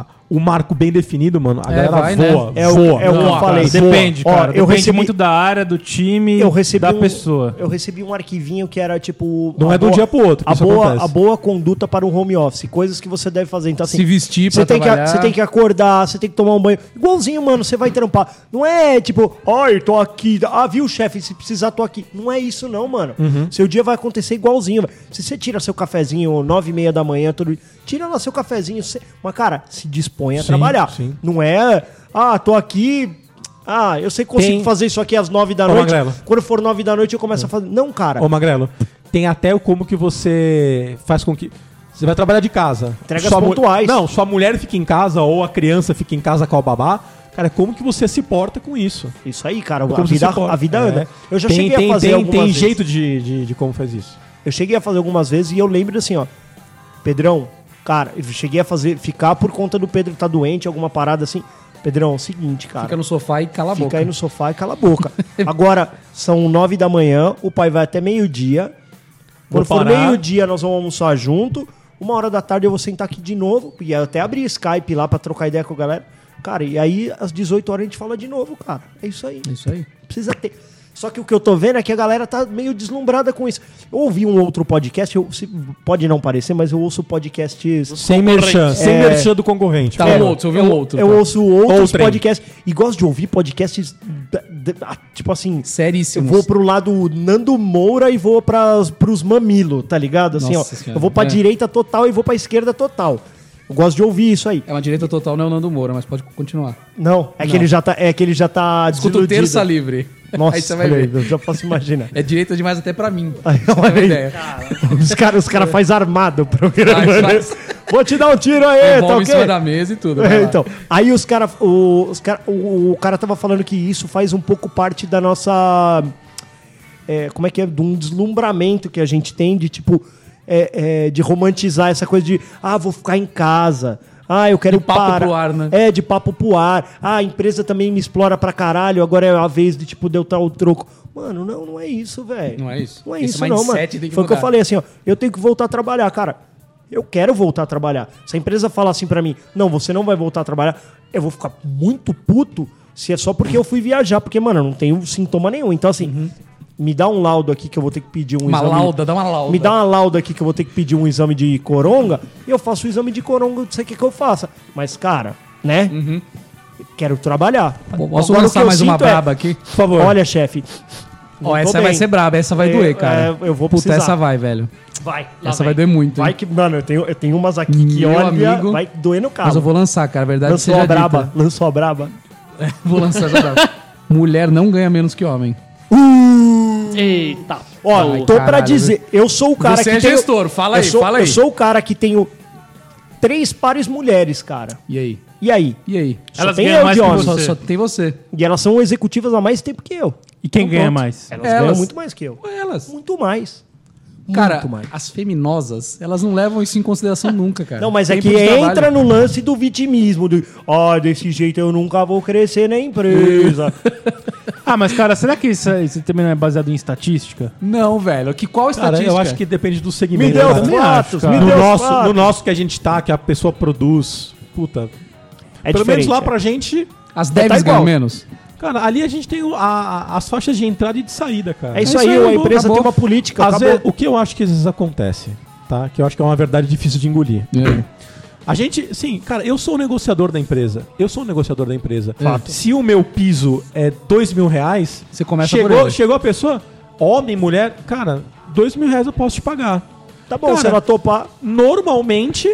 Speaker 1: a- o marco bem definido, mano, a
Speaker 3: É,
Speaker 1: galera
Speaker 3: vai, né?
Speaker 1: voa.
Speaker 5: É o-
Speaker 1: voa.
Speaker 5: é o que eu
Speaker 1: voa,
Speaker 5: falei.
Speaker 1: cara, voa.
Speaker 4: Depende,
Speaker 5: Ó,
Speaker 4: cara.
Speaker 5: eu
Speaker 4: Depende
Speaker 5: recebi-
Speaker 4: muito da área, do time,
Speaker 5: Eu recebi
Speaker 4: da
Speaker 5: um-
Speaker 4: pessoa.
Speaker 5: Eu recebi um arquivinho que era tipo.
Speaker 1: Não
Speaker 5: a
Speaker 1: é do um dia pro outro que
Speaker 5: A
Speaker 1: isso
Speaker 5: boa,
Speaker 1: acontece.
Speaker 5: a boa conduta para o home office, coisas que você deve fazer. Então, assim,
Speaker 3: Se vestir pra
Speaker 5: você tem, que,
Speaker 3: trabalhar.
Speaker 5: você tem que acordar, você tem que tomar um banho. Igualzinho, mano, você vai trampar. Não é tipo, ai, tô aqui. Ah, viu, chefe, se precisar, tô aqui. Não é isso, não, mano.
Speaker 1: Uhum.
Speaker 5: Seu dia vai acontecer igualzinho. velho. Se você tira seu cafezinho nove e meia da manhã, tudo. Tira lá seu cafezinho. Você... Mas, cara, se dispõe a
Speaker 1: Sim,
Speaker 5: trabalhar.
Speaker 1: sim.
Speaker 5: Não é, ah, tô aqui. Ah, eu sei que consigo
Speaker 1: Tem-
Speaker 5: fazer isso aqui às nove da
Speaker 1: Ô,
Speaker 5: noite.
Speaker 1: Magrelo.
Speaker 5: Quando for nove da noite, eu começo a fazer. Não, cara.
Speaker 1: Hum. Ô, Magrelo, tem até o como que você faz com que. Você vai trabalhar de casa.
Speaker 5: Entregas
Speaker 1: mu-
Speaker 5: pontuais.
Speaker 1: Não, sua mulher fica em casa ou a criança fica em casa com a babá. Cara, como que você se porta com isso?
Speaker 5: Isso aí, cara. A
Speaker 1: Como você
Speaker 5: vida,
Speaker 1: se porta?
Speaker 5: a vida
Speaker 1: É.
Speaker 5: anda. Eu já
Speaker 1: tem,
Speaker 5: cheguei
Speaker 1: tem,
Speaker 5: a fazer
Speaker 1: Tem,
Speaker 5: algumas
Speaker 1: tem
Speaker 5: vezes.
Speaker 1: jeito de, de, de como faz isso.
Speaker 5: Eu cheguei a fazer algumas vezes e eu lembro assim, ó. Pedrão, cara, eu cheguei a fazer ficar por conta do Pedro estar doente, alguma parada assim. Pedrão, é o seguinte, cara.
Speaker 3: Fica no sofá e cala a
Speaker 5: Fica
Speaker 3: boca.
Speaker 5: aí no sofá e cala a boca. Agora, são nove da manhã, o pai vai até meio-dia. Quando
Speaker 1: Vou
Speaker 5: for
Speaker 1: parar.
Speaker 5: meio-dia, nós vamos almoçar junto. Uma hora da tarde eu vou sentar aqui de novo. E aí eu até abrir Skype lá pra trocar ideia com a galera. Cara, e aí às 18 horas a gente fala de novo, cara. É isso aí.
Speaker 3: Isso aí.
Speaker 5: Precisa ter. Só que o que eu tô vendo é que a galera tá meio deslumbrada com isso. Eu ouvi um outro podcast, eu, se- pode não parecer, mas eu ouço podcasts.
Speaker 1: Sem merchan, sem merchan do concorrente.
Speaker 3: Tá,
Speaker 1: cara.
Speaker 3: um outro, você ouviu um outro.
Speaker 5: É, Eu
Speaker 3: tá.
Speaker 5: ouço outros
Speaker 1: Outrem.
Speaker 5: podcasts. E gosto de ouvir podcasts. da- da- ah, tipo assim. Eu
Speaker 3: Seríssimos.
Speaker 5: vou pro lado Nando Moura e vou pras, pros mamilo, tá ligado? Assim,
Speaker 3: Nossa
Speaker 5: ó.
Speaker 3: Senhora.
Speaker 5: Eu vou pra
Speaker 3: É.
Speaker 5: direita total e vou pra esquerda total. Eu gosto de ouvir isso aí.
Speaker 3: É uma direita total, não é o Nando Moura, mas pode continuar.
Speaker 5: Não, é que ele já tá. É que ele já tá
Speaker 3: Escuta o
Speaker 5: desiludido.
Speaker 3: terça livre.
Speaker 5: Nossa,
Speaker 3: aí você vai
Speaker 5: olha aí,
Speaker 3: ver.
Speaker 5: eu já posso imaginar.
Speaker 3: É direita demais até pra mim.
Speaker 5: Aí,
Speaker 3: Você
Speaker 5: olha
Speaker 3: tem uma
Speaker 5: aí.
Speaker 3: ideia.
Speaker 5: Os caras os cara faz armado o programa.
Speaker 3: Faz,
Speaker 5: né?
Speaker 3: faz.
Speaker 5: Vou te dar um tiro aí,
Speaker 3: É,
Speaker 5: tá
Speaker 3: Bomba em
Speaker 5: ok?
Speaker 3: cima da mesa e tudo. vai
Speaker 5: É,
Speaker 3: lá.
Speaker 5: então, aí os cara, o, os cara, o, o cara tava falando que isso faz um pouco parte da nossa, é, como é que é, de um deslumbramento que a gente tem de tipo, é, é, de romantizar essa coisa de, ah, vou ficar em casa, ah, eu quero
Speaker 3: De papo
Speaker 5: parar.
Speaker 3: pro ar, né?
Speaker 5: É, de papo pro ar. Ah, a empresa também me explora pra caralho, agora é a vez de tipo, de eu dar o troco. Mano, não, não é isso, velho.
Speaker 3: Não é isso.
Speaker 5: Não é
Speaker 3: Esse
Speaker 5: isso, não, mano.
Speaker 3: mindset tem que
Speaker 5: Foi o que eu
Speaker 3: mudar.
Speaker 5: falei assim, ó. Eu tenho que voltar a trabalhar, cara. Eu quero voltar a trabalhar. Se a empresa falar assim pra mim, não, você não vai voltar a trabalhar, eu vou ficar muito puto se é só porque eu fui viajar, porque, mano, eu não tenho sintoma nenhum. Então, assim, me dá um laudo aqui que eu vou ter que pedir um
Speaker 3: Uhum. Uma
Speaker 5: exame.
Speaker 3: lauda, dá uma lauda.
Speaker 5: Me dá uma lauda aqui que eu vou ter que pedir um exame de coronga e eu faço o exame de coronga, não sei o que, que eu faça. Mas, cara, né? Quero trabalhar.
Speaker 3: Bom, Uhum. Posso
Speaker 5: Agora, o que
Speaker 3: lançar
Speaker 5: eu
Speaker 3: mais uma
Speaker 5: sinto é,
Speaker 3: braba aqui?
Speaker 1: Por favor.
Speaker 5: Olha, chefe.
Speaker 3: Ó,
Speaker 5: não tô
Speaker 3: essa vai
Speaker 5: bem.
Speaker 3: ser braba, essa vai
Speaker 5: É,
Speaker 3: doer, cara.
Speaker 5: é, eu vou
Speaker 3: Puta,
Speaker 5: precisar.
Speaker 3: essa vai, velho.
Speaker 5: Vai.
Speaker 3: Essa vai doer muito,
Speaker 5: Vai
Speaker 3: hein?
Speaker 5: que, mano, eu tenho, eu tenho umas aqui que
Speaker 3: Meu
Speaker 5: olha,
Speaker 3: amigo.
Speaker 5: vai doer no carro.
Speaker 3: Mas eu vou lançar, cara. A verdade é
Speaker 5: Lançou
Speaker 3: seja
Speaker 5: a braba,
Speaker 3: dita.
Speaker 5: lançou a braba.
Speaker 3: Vou lançar essa braba. Mulher não ganha menos que homem.
Speaker 6: Eita.
Speaker 5: Ó,
Speaker 3: Ai,
Speaker 5: tô pra
Speaker 3: caralho.
Speaker 5: dizer, eu sou o cara
Speaker 3: Você
Speaker 5: que
Speaker 3: é
Speaker 5: tenho-
Speaker 3: gestor, fala
Speaker 5: eu
Speaker 3: aí,
Speaker 5: sou-
Speaker 3: fala aí.
Speaker 5: Eu sou o cara que tenho três pares mulheres, cara.
Speaker 3: E aí?
Speaker 5: E aí?
Speaker 3: E aí?
Speaker 5: É, Só
Speaker 4: Elas
Speaker 5: tem
Speaker 4: ganham
Speaker 5: eu
Speaker 4: mais
Speaker 5: de
Speaker 4: que
Speaker 5: homem.
Speaker 3: Só,
Speaker 4: Você.
Speaker 3: só tem você.
Speaker 5: E elas são executivas há mais tempo que eu.
Speaker 4: E
Speaker 1: Um
Speaker 4: quem ganha
Speaker 5: pronto.
Speaker 4: mais?
Speaker 5: Elas,
Speaker 3: É, Elas.
Speaker 5: ganham muito mais que eu.
Speaker 3: Elas.
Speaker 5: Muito mais.
Speaker 3: Cara,
Speaker 5: muito mais.
Speaker 3: as feminosas, elas não levam isso em consideração nunca, cara.
Speaker 5: Não, mas é
Speaker 3: Tempo
Speaker 5: que
Speaker 3: de trabalho.
Speaker 5: entra no lance do vitimismo, do, ó, desse jeito eu nunca vou crescer na empresa. É
Speaker 4: Ah, mas cara, será que isso, isso também não é baseado em estatística?
Speaker 3: Não, velho. Que qual
Speaker 1: Cara,
Speaker 3: estatística?
Speaker 1: eu acho que depende do segmento. né?
Speaker 5: Me deu
Speaker 1: cara.
Speaker 5: os fatos, me
Speaker 1: no,
Speaker 5: deu os
Speaker 1: nosso,
Speaker 5: fatos.
Speaker 1: no nosso que a gente tá, que a pessoa produz. Puta.
Speaker 5: É
Speaker 1: Pelo menos
Speaker 5: diferente,
Speaker 1: lá
Speaker 5: é.
Speaker 1: pra gente.
Speaker 3: As devs
Speaker 5: tá igual.
Speaker 3: ganham menos.
Speaker 1: Cara, ali a gente tem o- a- a- as faixas de entrada e de saída, cara.
Speaker 5: É isso,
Speaker 3: É isso
Speaker 5: aí,
Speaker 3: aí,
Speaker 5: a empresa
Speaker 3: acabou.
Speaker 1: um-
Speaker 5: tem uma política.
Speaker 1: Às
Speaker 5: acabou.
Speaker 1: vezes, o que eu acho que às vezes acontece, tá? Que eu acho que é uma verdade difícil de engolir.
Speaker 3: É.
Speaker 1: A gente, sim, cara, eu sou o negociador da empresa. Eu sou o negociador da empresa.
Speaker 3: É. Fato.
Speaker 1: Se o meu piso é dois mil reais,
Speaker 3: Você começa
Speaker 1: chegou,
Speaker 3: por ele.
Speaker 1: chegou a pessoa, homem, mulher, cara, dois mil reais eu posso te pagar.
Speaker 5: Tá bom,
Speaker 1: Cara,
Speaker 5: você vai topar.
Speaker 1: Normalmente,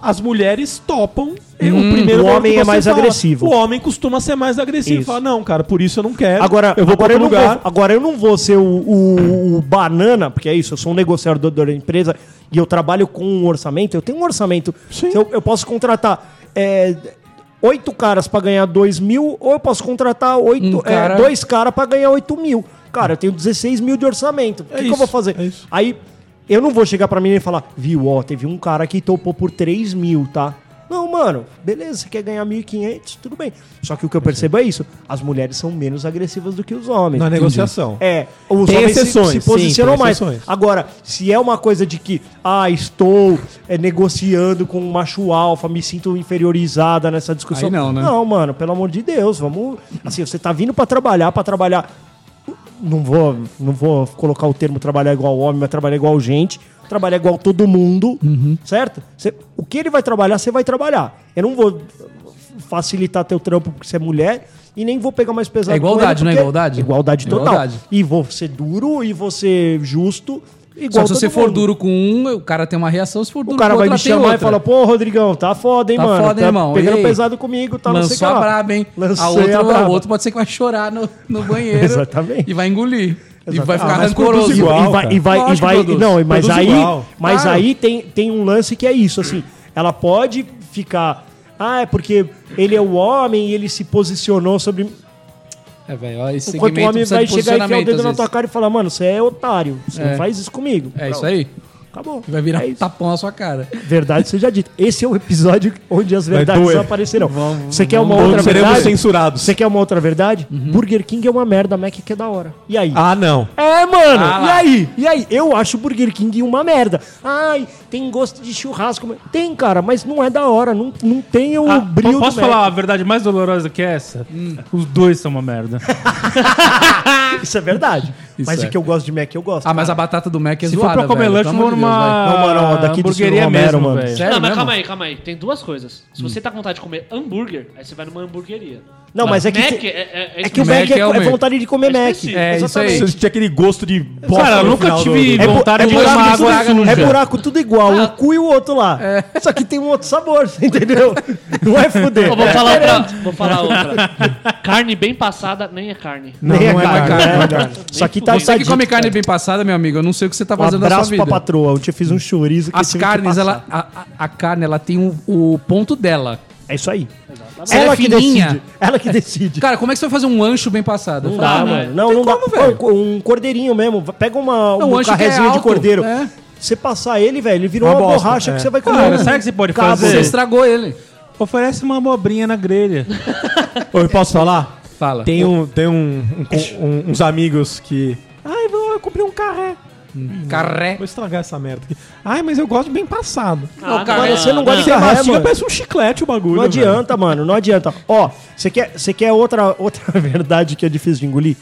Speaker 1: as mulheres topam. e
Speaker 3: Hum,
Speaker 1: o primeiro
Speaker 5: o
Speaker 1: nome
Speaker 5: homem
Speaker 1: que
Speaker 5: é
Speaker 1: você
Speaker 5: mais agressivo.
Speaker 1: O homem costuma ser mais agressivo.
Speaker 5: Isso.
Speaker 1: Fala, não, cara, por isso eu não quero.
Speaker 5: Agora
Speaker 1: É, eu vou para
Speaker 5: agora eu,
Speaker 1: outro
Speaker 5: não
Speaker 1: lugar.
Speaker 5: vou, agora eu não vou ser o, o- o banana, porque é isso, eu sou um negociador da empresa e eu trabalho com um orçamento, eu tenho um orçamento.
Speaker 1: Sim.
Speaker 5: Eu, eu posso contratar é, oito caras pra ganhar dois mil, ou eu posso contratar oito,
Speaker 3: Um cara-
Speaker 5: é, dois caras pra ganhar oito mil. Cara, eu tenho 16 mil de orçamento. O que,
Speaker 1: É
Speaker 5: que
Speaker 1: isso,
Speaker 5: eu vou fazer?
Speaker 1: é isso.
Speaker 5: Aí eu não vou chegar pra mim e falar, viu, ó, teve um cara que topou por 3 mil, tá? Não, mano, beleza, você quer ganhar 1.500, tudo bem. Só que o que eu percebo é isso: as mulheres são menos agressivas do que os homens.
Speaker 1: Na negociação.
Speaker 5: É, os
Speaker 1: é Tem
Speaker 5: homens se-
Speaker 1: exceções,
Speaker 5: se,
Speaker 1: sim,
Speaker 5: posicionam
Speaker 1: tem
Speaker 5: mais.
Speaker 1: exceções.
Speaker 5: Agora, se é uma coisa de que, ah, estou é, negociando com um macho alfa, me sinto inferiorizada nessa discussão.
Speaker 3: Aí não, né?
Speaker 5: Não, mano, pelo amor de Deus, vamos. Assim, você tá vindo pra trabalhar, pra trabalhar. Não vou, não vou colocar o termo trabalhar igual homem, mas trabalhar igual gente, trabalhar igual todo mundo,
Speaker 3: Uhum.
Speaker 5: certo? Você- o que ele vai trabalhar, você vai trabalhar. Eu não vou facilitar teu trampo porque você é mulher e nem vou pegar mais pesado.
Speaker 3: É
Speaker 5: com
Speaker 3: igualdade,
Speaker 5: ela,
Speaker 3: não é
Speaker 5: porque-
Speaker 3: igualdade?
Speaker 5: Igualdade total.
Speaker 3: Igualdade.
Speaker 5: E vou ser duro e vou ser justo.
Speaker 3: Só
Speaker 5: Igual
Speaker 3: que se você
Speaker 5: todo
Speaker 3: for
Speaker 5: mundo.
Speaker 3: duro com um, o cara tem uma reação, se for duro
Speaker 5: O cara
Speaker 3: com
Speaker 5: vai
Speaker 3: outro,
Speaker 5: me
Speaker 3: ela tem
Speaker 5: chamar e
Speaker 3: outra.
Speaker 5: fala, pô, Rodrigão, tá foda, hein,
Speaker 3: Tá
Speaker 5: mano?
Speaker 3: foda,
Speaker 5: tá
Speaker 3: hein, irmão?
Speaker 5: Pegando
Speaker 3: E aí?
Speaker 5: pesado comigo, tá não sei o que
Speaker 3: Lançou a
Speaker 5: lá."
Speaker 3: braba, hein?
Speaker 5: Lancei
Speaker 3: a outra,
Speaker 5: a braba.
Speaker 3: O outro pode ser que vai chorar no, no banheiro.
Speaker 5: Exatamente.
Speaker 3: E vai engolir. E vai
Speaker 5: Exatamente.
Speaker 3: ficar
Speaker 5: Ah, mas
Speaker 3: rancoroso.
Speaker 1: produz igual.
Speaker 5: e vai, e vai, e
Speaker 3: Lógico
Speaker 5: vai
Speaker 3: que produz.
Speaker 5: não, mas
Speaker 1: Produz
Speaker 5: aí,
Speaker 1: igual.
Speaker 5: mas
Speaker 3: Claro.
Speaker 5: aí tem, tem um lance que é isso, assim, ela pode ficar, ah, é porque ele é o homem e ele se posicionou sobre
Speaker 3: É, velho, ó, esse
Speaker 5: enquanto
Speaker 3: segmento
Speaker 5: o um homem
Speaker 3: precisa
Speaker 5: vai
Speaker 3: de
Speaker 5: chegar e enfiar o
Speaker 3: posicionamento,
Speaker 5: dedo na
Speaker 3: às
Speaker 5: tua
Speaker 3: vezes.
Speaker 5: cara e falar, mano, você é otário, você
Speaker 3: É.
Speaker 5: não faz isso comigo.
Speaker 3: É isso aí.
Speaker 5: Acabou.
Speaker 3: Vai virar
Speaker 5: É
Speaker 3: um
Speaker 5: isso.
Speaker 3: tapão na sua cara.
Speaker 5: Verdade seja dita. Esse é o episódio onde as verdades
Speaker 1: doer.
Speaker 5: aparecerão. Você quer É uma
Speaker 1: Ou
Speaker 5: outra
Speaker 1: Então, seremos
Speaker 5: verdade?
Speaker 1: censurados.
Speaker 5: Você quer uma outra verdade?
Speaker 3: Uhum.
Speaker 5: Burger King é uma merda, Mac que é da hora. E aí?
Speaker 1: Ah, não.
Speaker 5: É, mano.
Speaker 3: Ah,
Speaker 5: e
Speaker 3: lá.
Speaker 5: aí? E aí? Eu acho Burger King uma merda. Ai, tem gosto de churrasco. Tem, cara, mas não é da hora. Não, não tem o
Speaker 4: Ah,
Speaker 5: brilho
Speaker 4: posso
Speaker 5: do
Speaker 4: falar
Speaker 5: Mac.
Speaker 4: a verdade mais dolorosa que essa?
Speaker 3: Hum.
Speaker 4: Os dois são uma merda.
Speaker 5: Isso é verdade.
Speaker 3: Isso
Speaker 5: mas
Speaker 3: é.
Speaker 5: o que eu gosto de Mac, eu gosto.
Speaker 3: Ah, mas a batata do Mac é
Speaker 4: Se
Speaker 3: zoada,
Speaker 4: for pra comer
Speaker 3: velho.
Speaker 4: lanche,
Speaker 3: Pelo
Speaker 4: vou
Speaker 3: amor de Deus,
Speaker 4: numa
Speaker 5: vai. Não, mano, ó, daqui do
Speaker 4: hamburgueria
Speaker 5: Silvio Romero,
Speaker 4: mesmo,
Speaker 5: mano.
Speaker 4: velho.
Speaker 3: Sério
Speaker 6: não, mas
Speaker 3: mesmo?
Speaker 6: calma aí, calma aí. Tem duas coisas. Se você tá com vontade de comer hambúrguer, aí você vai numa hambúrgueria.
Speaker 5: Não, mas é que
Speaker 6: Mac
Speaker 5: tem-
Speaker 6: é, é, é
Speaker 5: É que o
Speaker 3: Mac
Speaker 5: Mac, é,
Speaker 3: é o
Speaker 5: é
Speaker 3: Mac.
Speaker 5: vontade de comer
Speaker 6: É
Speaker 5: Mac.
Speaker 6: específico.
Speaker 3: É, isso aí.
Speaker 1: Você tinha aquele gosto de bosta
Speaker 4: Cara, eu
Speaker 1: no
Speaker 4: nunca
Speaker 1: final
Speaker 4: tive
Speaker 1: do-
Speaker 5: É bu-
Speaker 4: vontade de
Speaker 5: buraco
Speaker 4: tomar
Speaker 5: tudo-
Speaker 4: água suja.
Speaker 5: É buraco tudo igual, um cu e o outro lá.
Speaker 3: É.
Speaker 5: Só que tem um outro sabor, você entendeu? Não é fuder.
Speaker 6: Eu vou falar outra. Vou falar outra. carne bem passada nem é carne.
Speaker 5: Não,
Speaker 1: não é
Speaker 5: carne,
Speaker 3: carne,
Speaker 5: não
Speaker 4: né?
Speaker 5: é carne. Isso aqui tá
Speaker 3: Você que
Speaker 5: sadio.
Speaker 3: come carne bem passada, meu amigo, eu não sei o que você tá
Speaker 5: Um
Speaker 3: fazendo na sua
Speaker 5: abraço pra
Speaker 3: vida.
Speaker 5: patroa. Eu te fiz um chorizo que eu
Speaker 3: As
Speaker 5: tive que
Speaker 3: carnes,
Speaker 5: passar.
Speaker 3: ela, a, a- a carne, ela tem o, o ponto dela.
Speaker 5: É isso aí.
Speaker 3: Ela é
Speaker 5: Ela que
Speaker 3: fininha.
Speaker 5: decide. Ela que decide.
Speaker 3: Cara, como é que você vai fazer um ancho bem passado?
Speaker 5: Não dá,
Speaker 6: né?
Speaker 5: mano. Não, não dá.
Speaker 3: como, velho.
Speaker 5: Pô, um cordeirinho mesmo. Pega uma,
Speaker 3: Não,
Speaker 5: um
Speaker 3: ancho que é
Speaker 5: carrezinho de
Speaker 3: alto,
Speaker 5: cordeiro.
Speaker 3: é.
Speaker 5: Você passar ele, velho, ele virou
Speaker 1: Uma
Speaker 5: uma,
Speaker 1: bosta,
Speaker 5: borracha
Speaker 1: é.
Speaker 5: que você vai comer.
Speaker 4: Cara, sabe o que você pode
Speaker 5: Cabo.
Speaker 3: Você
Speaker 4: fazer?
Speaker 3: estragou ele.
Speaker 4: Oferece uma abobrinha na grelha.
Speaker 1: Ô, Eu posso falar?
Speaker 3: Fala.
Speaker 1: Tem, um, tem um, um com- um- uns amigos que. Ai, vou eu comprei um carré.
Speaker 3: Carré.
Speaker 1: Vou estragar essa merda aqui. Ai, mas eu gosto bem passado.
Speaker 3: Não,
Speaker 6: Ah,
Speaker 3: cara,
Speaker 6: não,
Speaker 5: você não gosta de
Speaker 1: Você
Speaker 5: carré,
Speaker 1: mastiga,
Speaker 5: mano.
Speaker 1: parece um chiclete o bagulho.
Speaker 5: Não
Speaker 1: velho.
Speaker 5: adianta, mano. Não adianta. Ó, você quer, você quer outra, outra verdade que é difícil de engolir?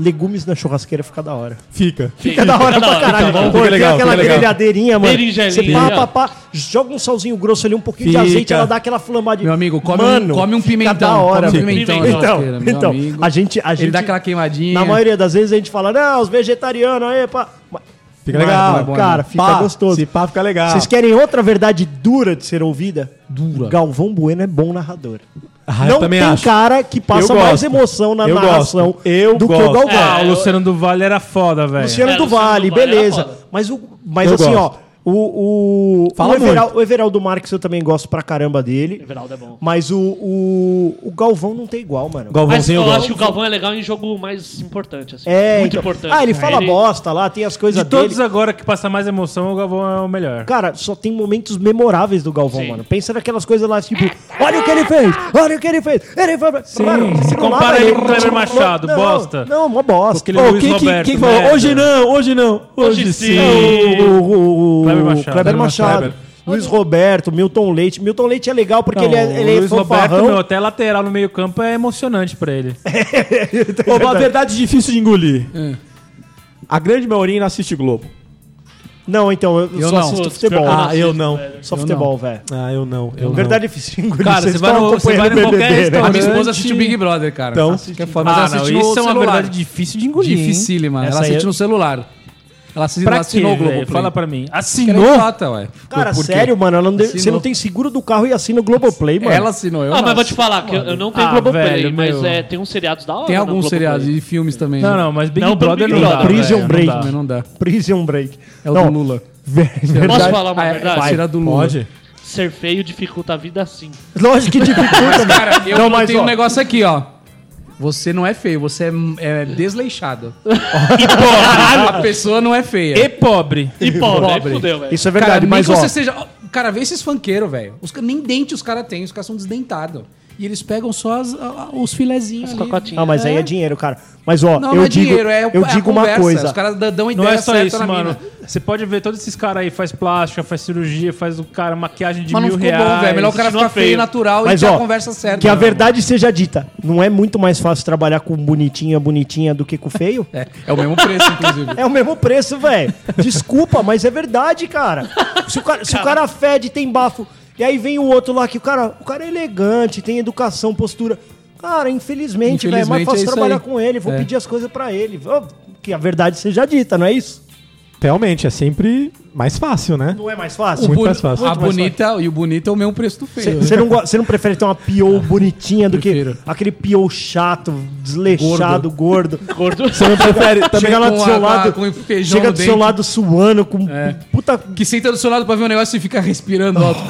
Speaker 5: Legumes na churrasqueira fica da hora.
Speaker 1: Fica.
Speaker 5: Fica É da hora pra caralho.
Speaker 1: É Fica bom,
Speaker 5: Pô,
Speaker 1: fica
Speaker 5: tem
Speaker 1: legal,
Speaker 5: aquela
Speaker 1: fica legal.
Speaker 5: grelhadeirinha, mano. Você
Speaker 6: Berinjelinha.
Speaker 5: pá, pá, pá, joga um salzinho grosso ali, um pouquinho
Speaker 1: Fica.
Speaker 5: de azeite, ela dá aquela flambadinha.
Speaker 3: Meu amigo, come,
Speaker 5: Mano,
Speaker 3: um, come um
Speaker 5: fica
Speaker 3: pimentão.
Speaker 5: da hora,
Speaker 3: come um
Speaker 5: velho.
Speaker 3: pimentão na
Speaker 5: Então,
Speaker 3: churrasqueira, meu
Speaker 5: então
Speaker 3: amigo.
Speaker 5: a gente. A gente
Speaker 3: Ele dá aquela queimadinha.
Speaker 5: Na maioria das vezes a gente fala, não, os vegetarianos, aí, pá. Mas,
Speaker 1: Fica
Speaker 3: Vai,
Speaker 1: legal.
Speaker 3: vai, vai.
Speaker 5: cara, fica
Speaker 1: Pá,
Speaker 5: gostoso.
Speaker 1: Se pá, fica legal.
Speaker 5: Vocês querem outra verdade dura de ser ouvida?
Speaker 3: Dura.
Speaker 5: Galvão Bueno é bom narrador.
Speaker 1: Ah, eu
Speaker 5: não
Speaker 1: também
Speaker 5: tem
Speaker 1: acho.
Speaker 5: cara que passa
Speaker 1: Eu
Speaker 5: mais
Speaker 1: gosto.
Speaker 5: emoção na
Speaker 1: Eu
Speaker 5: narração
Speaker 1: gosto. Eu
Speaker 5: do que o
Speaker 1: gosto.
Speaker 5: Galvão.
Speaker 4: Ah, o Luciano do Vale era foda, velho.
Speaker 5: Luciano
Speaker 6: É,
Speaker 5: do
Speaker 6: Luciano
Speaker 5: Vale,
Speaker 6: do Vale era
Speaker 5: beleza.
Speaker 6: foda.
Speaker 5: Mas, o, mas
Speaker 1: Eu
Speaker 5: assim,
Speaker 1: gosto.
Speaker 5: ó. O, o,
Speaker 1: Fala
Speaker 5: o, Everal, o Everaldo Marques eu também gosto pra caramba dele.
Speaker 6: Everaldo é bom.
Speaker 5: Mas o, o, o Galvão não tem igual, mano.
Speaker 6: Mas
Speaker 1: Galvãozinho
Speaker 6: eu
Speaker 1: eu
Speaker 6: acho que
Speaker 1: gosto.
Speaker 6: o Galvão é legal em jogo mais importante, assim.
Speaker 5: é,
Speaker 6: Muito
Speaker 5: então-
Speaker 6: importante.
Speaker 5: Ah, ele fala bosta lá, tem as coisas
Speaker 4: De
Speaker 5: dele.
Speaker 4: todos agora que passa mais emoção, o Galvão é o melhor.
Speaker 5: Cara, só tem momentos memoráveis do Galvão,
Speaker 6: Sim.
Speaker 5: mano. Pensa naquelas coisas lá, tipo, olha o que ele fez, olha o que ele fez. Ele foi... Mano,
Speaker 4: se
Speaker 5: você não
Speaker 4: compara
Speaker 5: lava tipo,
Speaker 4: ele com o Kleber Machado,
Speaker 5: não,
Speaker 4: bosta.
Speaker 5: Não, uma bosta.
Speaker 4: Aquele Luiz Roberto, merda.
Speaker 1: Hoje não, hoje não. Hoje,
Speaker 4: Hoje
Speaker 1: sim.
Speaker 4: sim.
Speaker 5: O, o, o-
Speaker 4: Kleber
Speaker 5: o
Speaker 4: Machado. né?
Speaker 5: Kleber Machado.
Speaker 1: Kleber.
Speaker 5: Luiz Roberto, Milton Leite. Milton Leite é legal porque ele
Speaker 4: Não,
Speaker 5: é, ele
Speaker 4: o
Speaker 5: é
Speaker 4: Luiz Roberto,
Speaker 5: fanfarrão.
Speaker 4: meu, Ah, até lateral no meio campo é emocionante pra ele.
Speaker 1: Ô, uma verdade difícil de engolir. A grande maioria não assiste Globo.
Speaker 5: Não, então, eu,
Speaker 3: Eu
Speaker 5: só
Speaker 3: não.
Speaker 5: assisto futebol. né?
Speaker 1: Ah, eu não.
Speaker 5: só futebol, velho.
Speaker 1: Ah, eu não. Eu
Speaker 5: Verdade é difícil. de engolir,
Speaker 4: Cara,
Speaker 5: vocês
Speaker 4: você vai
Speaker 5: estavam
Speaker 4: no- você
Speaker 5: acompanhando
Speaker 4: vai no
Speaker 5: o BBB,
Speaker 4: qualquer
Speaker 5: né?
Speaker 3: A minha
Speaker 4: restaurante-
Speaker 3: esposa assiste o Big Brother, cara.
Speaker 1: Então.
Speaker 3: Assiste, que é foda, mas
Speaker 4: Ah,
Speaker 3: assiste no
Speaker 4: não, isso é uma
Speaker 3: celular.
Speaker 4: verdade difícil de engolir.
Speaker 3: Dificílima.
Speaker 5: Essa
Speaker 3: Ela
Speaker 5: aí
Speaker 3: assiste
Speaker 5: é-
Speaker 3: no celular. Ela se
Speaker 4: Pra quê,
Speaker 3: assinou o
Speaker 4: velho?
Speaker 3: Globo.
Speaker 4: Fala pra mim. Assim,
Speaker 3: Assinou?
Speaker 4: Assinou?
Speaker 3: ué.
Speaker 5: Cara,
Speaker 4: Por quê?
Speaker 5: sério, mano, ela não deve- você
Speaker 3: Assinou.
Speaker 5: não tem seguro do carro e assina o Globoplay, mano.
Speaker 3: Ela assinou, eu
Speaker 6: Ah,
Speaker 3: não.
Speaker 6: mas vou te falar que eu, eu não tenho
Speaker 4: Ah,
Speaker 6: Globoplay,
Speaker 4: velho,
Speaker 6: mas
Speaker 4: meu.
Speaker 6: é, tem uns seriados da hora.
Speaker 3: Tem
Speaker 6: no
Speaker 3: alguns
Speaker 6: Globoplay.
Speaker 3: seriados e filmes também. né?
Speaker 4: Não, não, mas Big
Speaker 6: Não, pelo
Speaker 4: Brother
Speaker 6: Big
Speaker 4: não
Speaker 6: Brother,
Speaker 4: dá.
Speaker 6: velho.
Speaker 4: velho,
Speaker 5: Prison
Speaker 4: não
Speaker 5: Break,
Speaker 4: dá.
Speaker 3: Mas não dá.
Speaker 5: Prison Break.
Speaker 3: É o
Speaker 5: Não,
Speaker 3: do Lula.
Speaker 5: ver-
Speaker 6: Posso
Speaker 5: verdade-
Speaker 6: falar uma
Speaker 3: Ah, é,
Speaker 6: verdade?
Speaker 3: tira do Lula.
Speaker 1: Pode?
Speaker 6: Ser feio dificulta a vida sim.
Speaker 5: Lógico que tipo, dificulta, mano.
Speaker 3: Cara, eu
Speaker 5: Não,
Speaker 3: não,
Speaker 5: mas,
Speaker 3: tenho
Speaker 5: ó.
Speaker 3: um negócio aqui, ó. Você não é feio, você é, é desleixado. a pessoa não é feia.
Speaker 4: E pobre.
Speaker 6: E pobre, aí
Speaker 3: Pobre.
Speaker 6: fudeu, velho.
Speaker 5: Isso é verdade,
Speaker 3: cara,
Speaker 5: mas
Speaker 3: nem
Speaker 5: ó,
Speaker 3: que você seja. ó, Cara, vê esses funkeiros, velho. Os ca- Nem dente os caras têm, os caras são desdentados.
Speaker 7: E eles pegam só as- a- a- os filezinhos
Speaker 6: As
Speaker 7: ali.
Speaker 6: cocotinhas.
Speaker 5: Ah, mas aí é dinheiro, cara. Mas ó, eu
Speaker 3: é
Speaker 5: digo, eu
Speaker 3: a
Speaker 5: digo uma
Speaker 3: conversa.
Speaker 5: coisa.
Speaker 3: Os caras dão ideia
Speaker 4: Não é só
Speaker 3: certa
Speaker 4: isso,
Speaker 3: na
Speaker 4: mano.
Speaker 3: mina.
Speaker 4: Você pode ver todos esses caras aí, faz plástica, faz cirurgia, faz o cara maquiagem de
Speaker 3: Mas não
Speaker 4: mil
Speaker 3: ficou
Speaker 4: reais.
Speaker 3: bom, velho. Melhor o cara
Speaker 6: continua
Speaker 3: ficar feio
Speaker 6: feio.
Speaker 3: e natural
Speaker 5: Mas
Speaker 3: e ter
Speaker 5: ó,
Speaker 3: a conversa certa. né?
Speaker 5: que a verdade seja dita, não é muito mais fácil trabalhar com bonitinha, bonitinha do que com feio?
Speaker 3: É, é o mesmo preço, inclusive.
Speaker 5: É o mesmo preço, velho. Desculpa, mas é verdade, cara. Se o cara, se o cara fede, tem bafo, e aí vem o outro lá que o cara, o cara é elegante, tem educação, postura. Cara, infelizmente, velho, é
Speaker 3: Infelizmente,
Speaker 5: mais
Speaker 3: é
Speaker 5: fácil
Speaker 3: isso
Speaker 5: trabalhar
Speaker 3: aí.
Speaker 5: com ele, vou
Speaker 3: É.
Speaker 5: pedir as coisas pra ele. Ó, Que a verdade seja dita, não é isso?
Speaker 1: Realmente, é sempre mais fácil, né?
Speaker 5: Não é mais
Speaker 3: O
Speaker 5: fácil?
Speaker 1: Muito
Speaker 3: boni-
Speaker 1: mais fácil.
Speaker 3: A
Speaker 1: Muito mais
Speaker 3: bonita e o bonito é o mesmo preço do feio.
Speaker 5: Você não, go- cê não prefere ter uma piou bonitinha do
Speaker 3: prefiro.
Speaker 5: que aquele piou chato, desleixado, gordo.
Speaker 6: Gordo.
Speaker 1: Você não prefere
Speaker 5: Chega lá do
Speaker 3: com
Speaker 5: seu
Speaker 3: a-
Speaker 5: lado,
Speaker 3: com feijão
Speaker 5: chega
Speaker 3: no
Speaker 5: do seu
Speaker 3: dente. É.
Speaker 5: lado suando, com puta...
Speaker 3: Que senta do seu lado pra ver um negócio e fica respirando alto.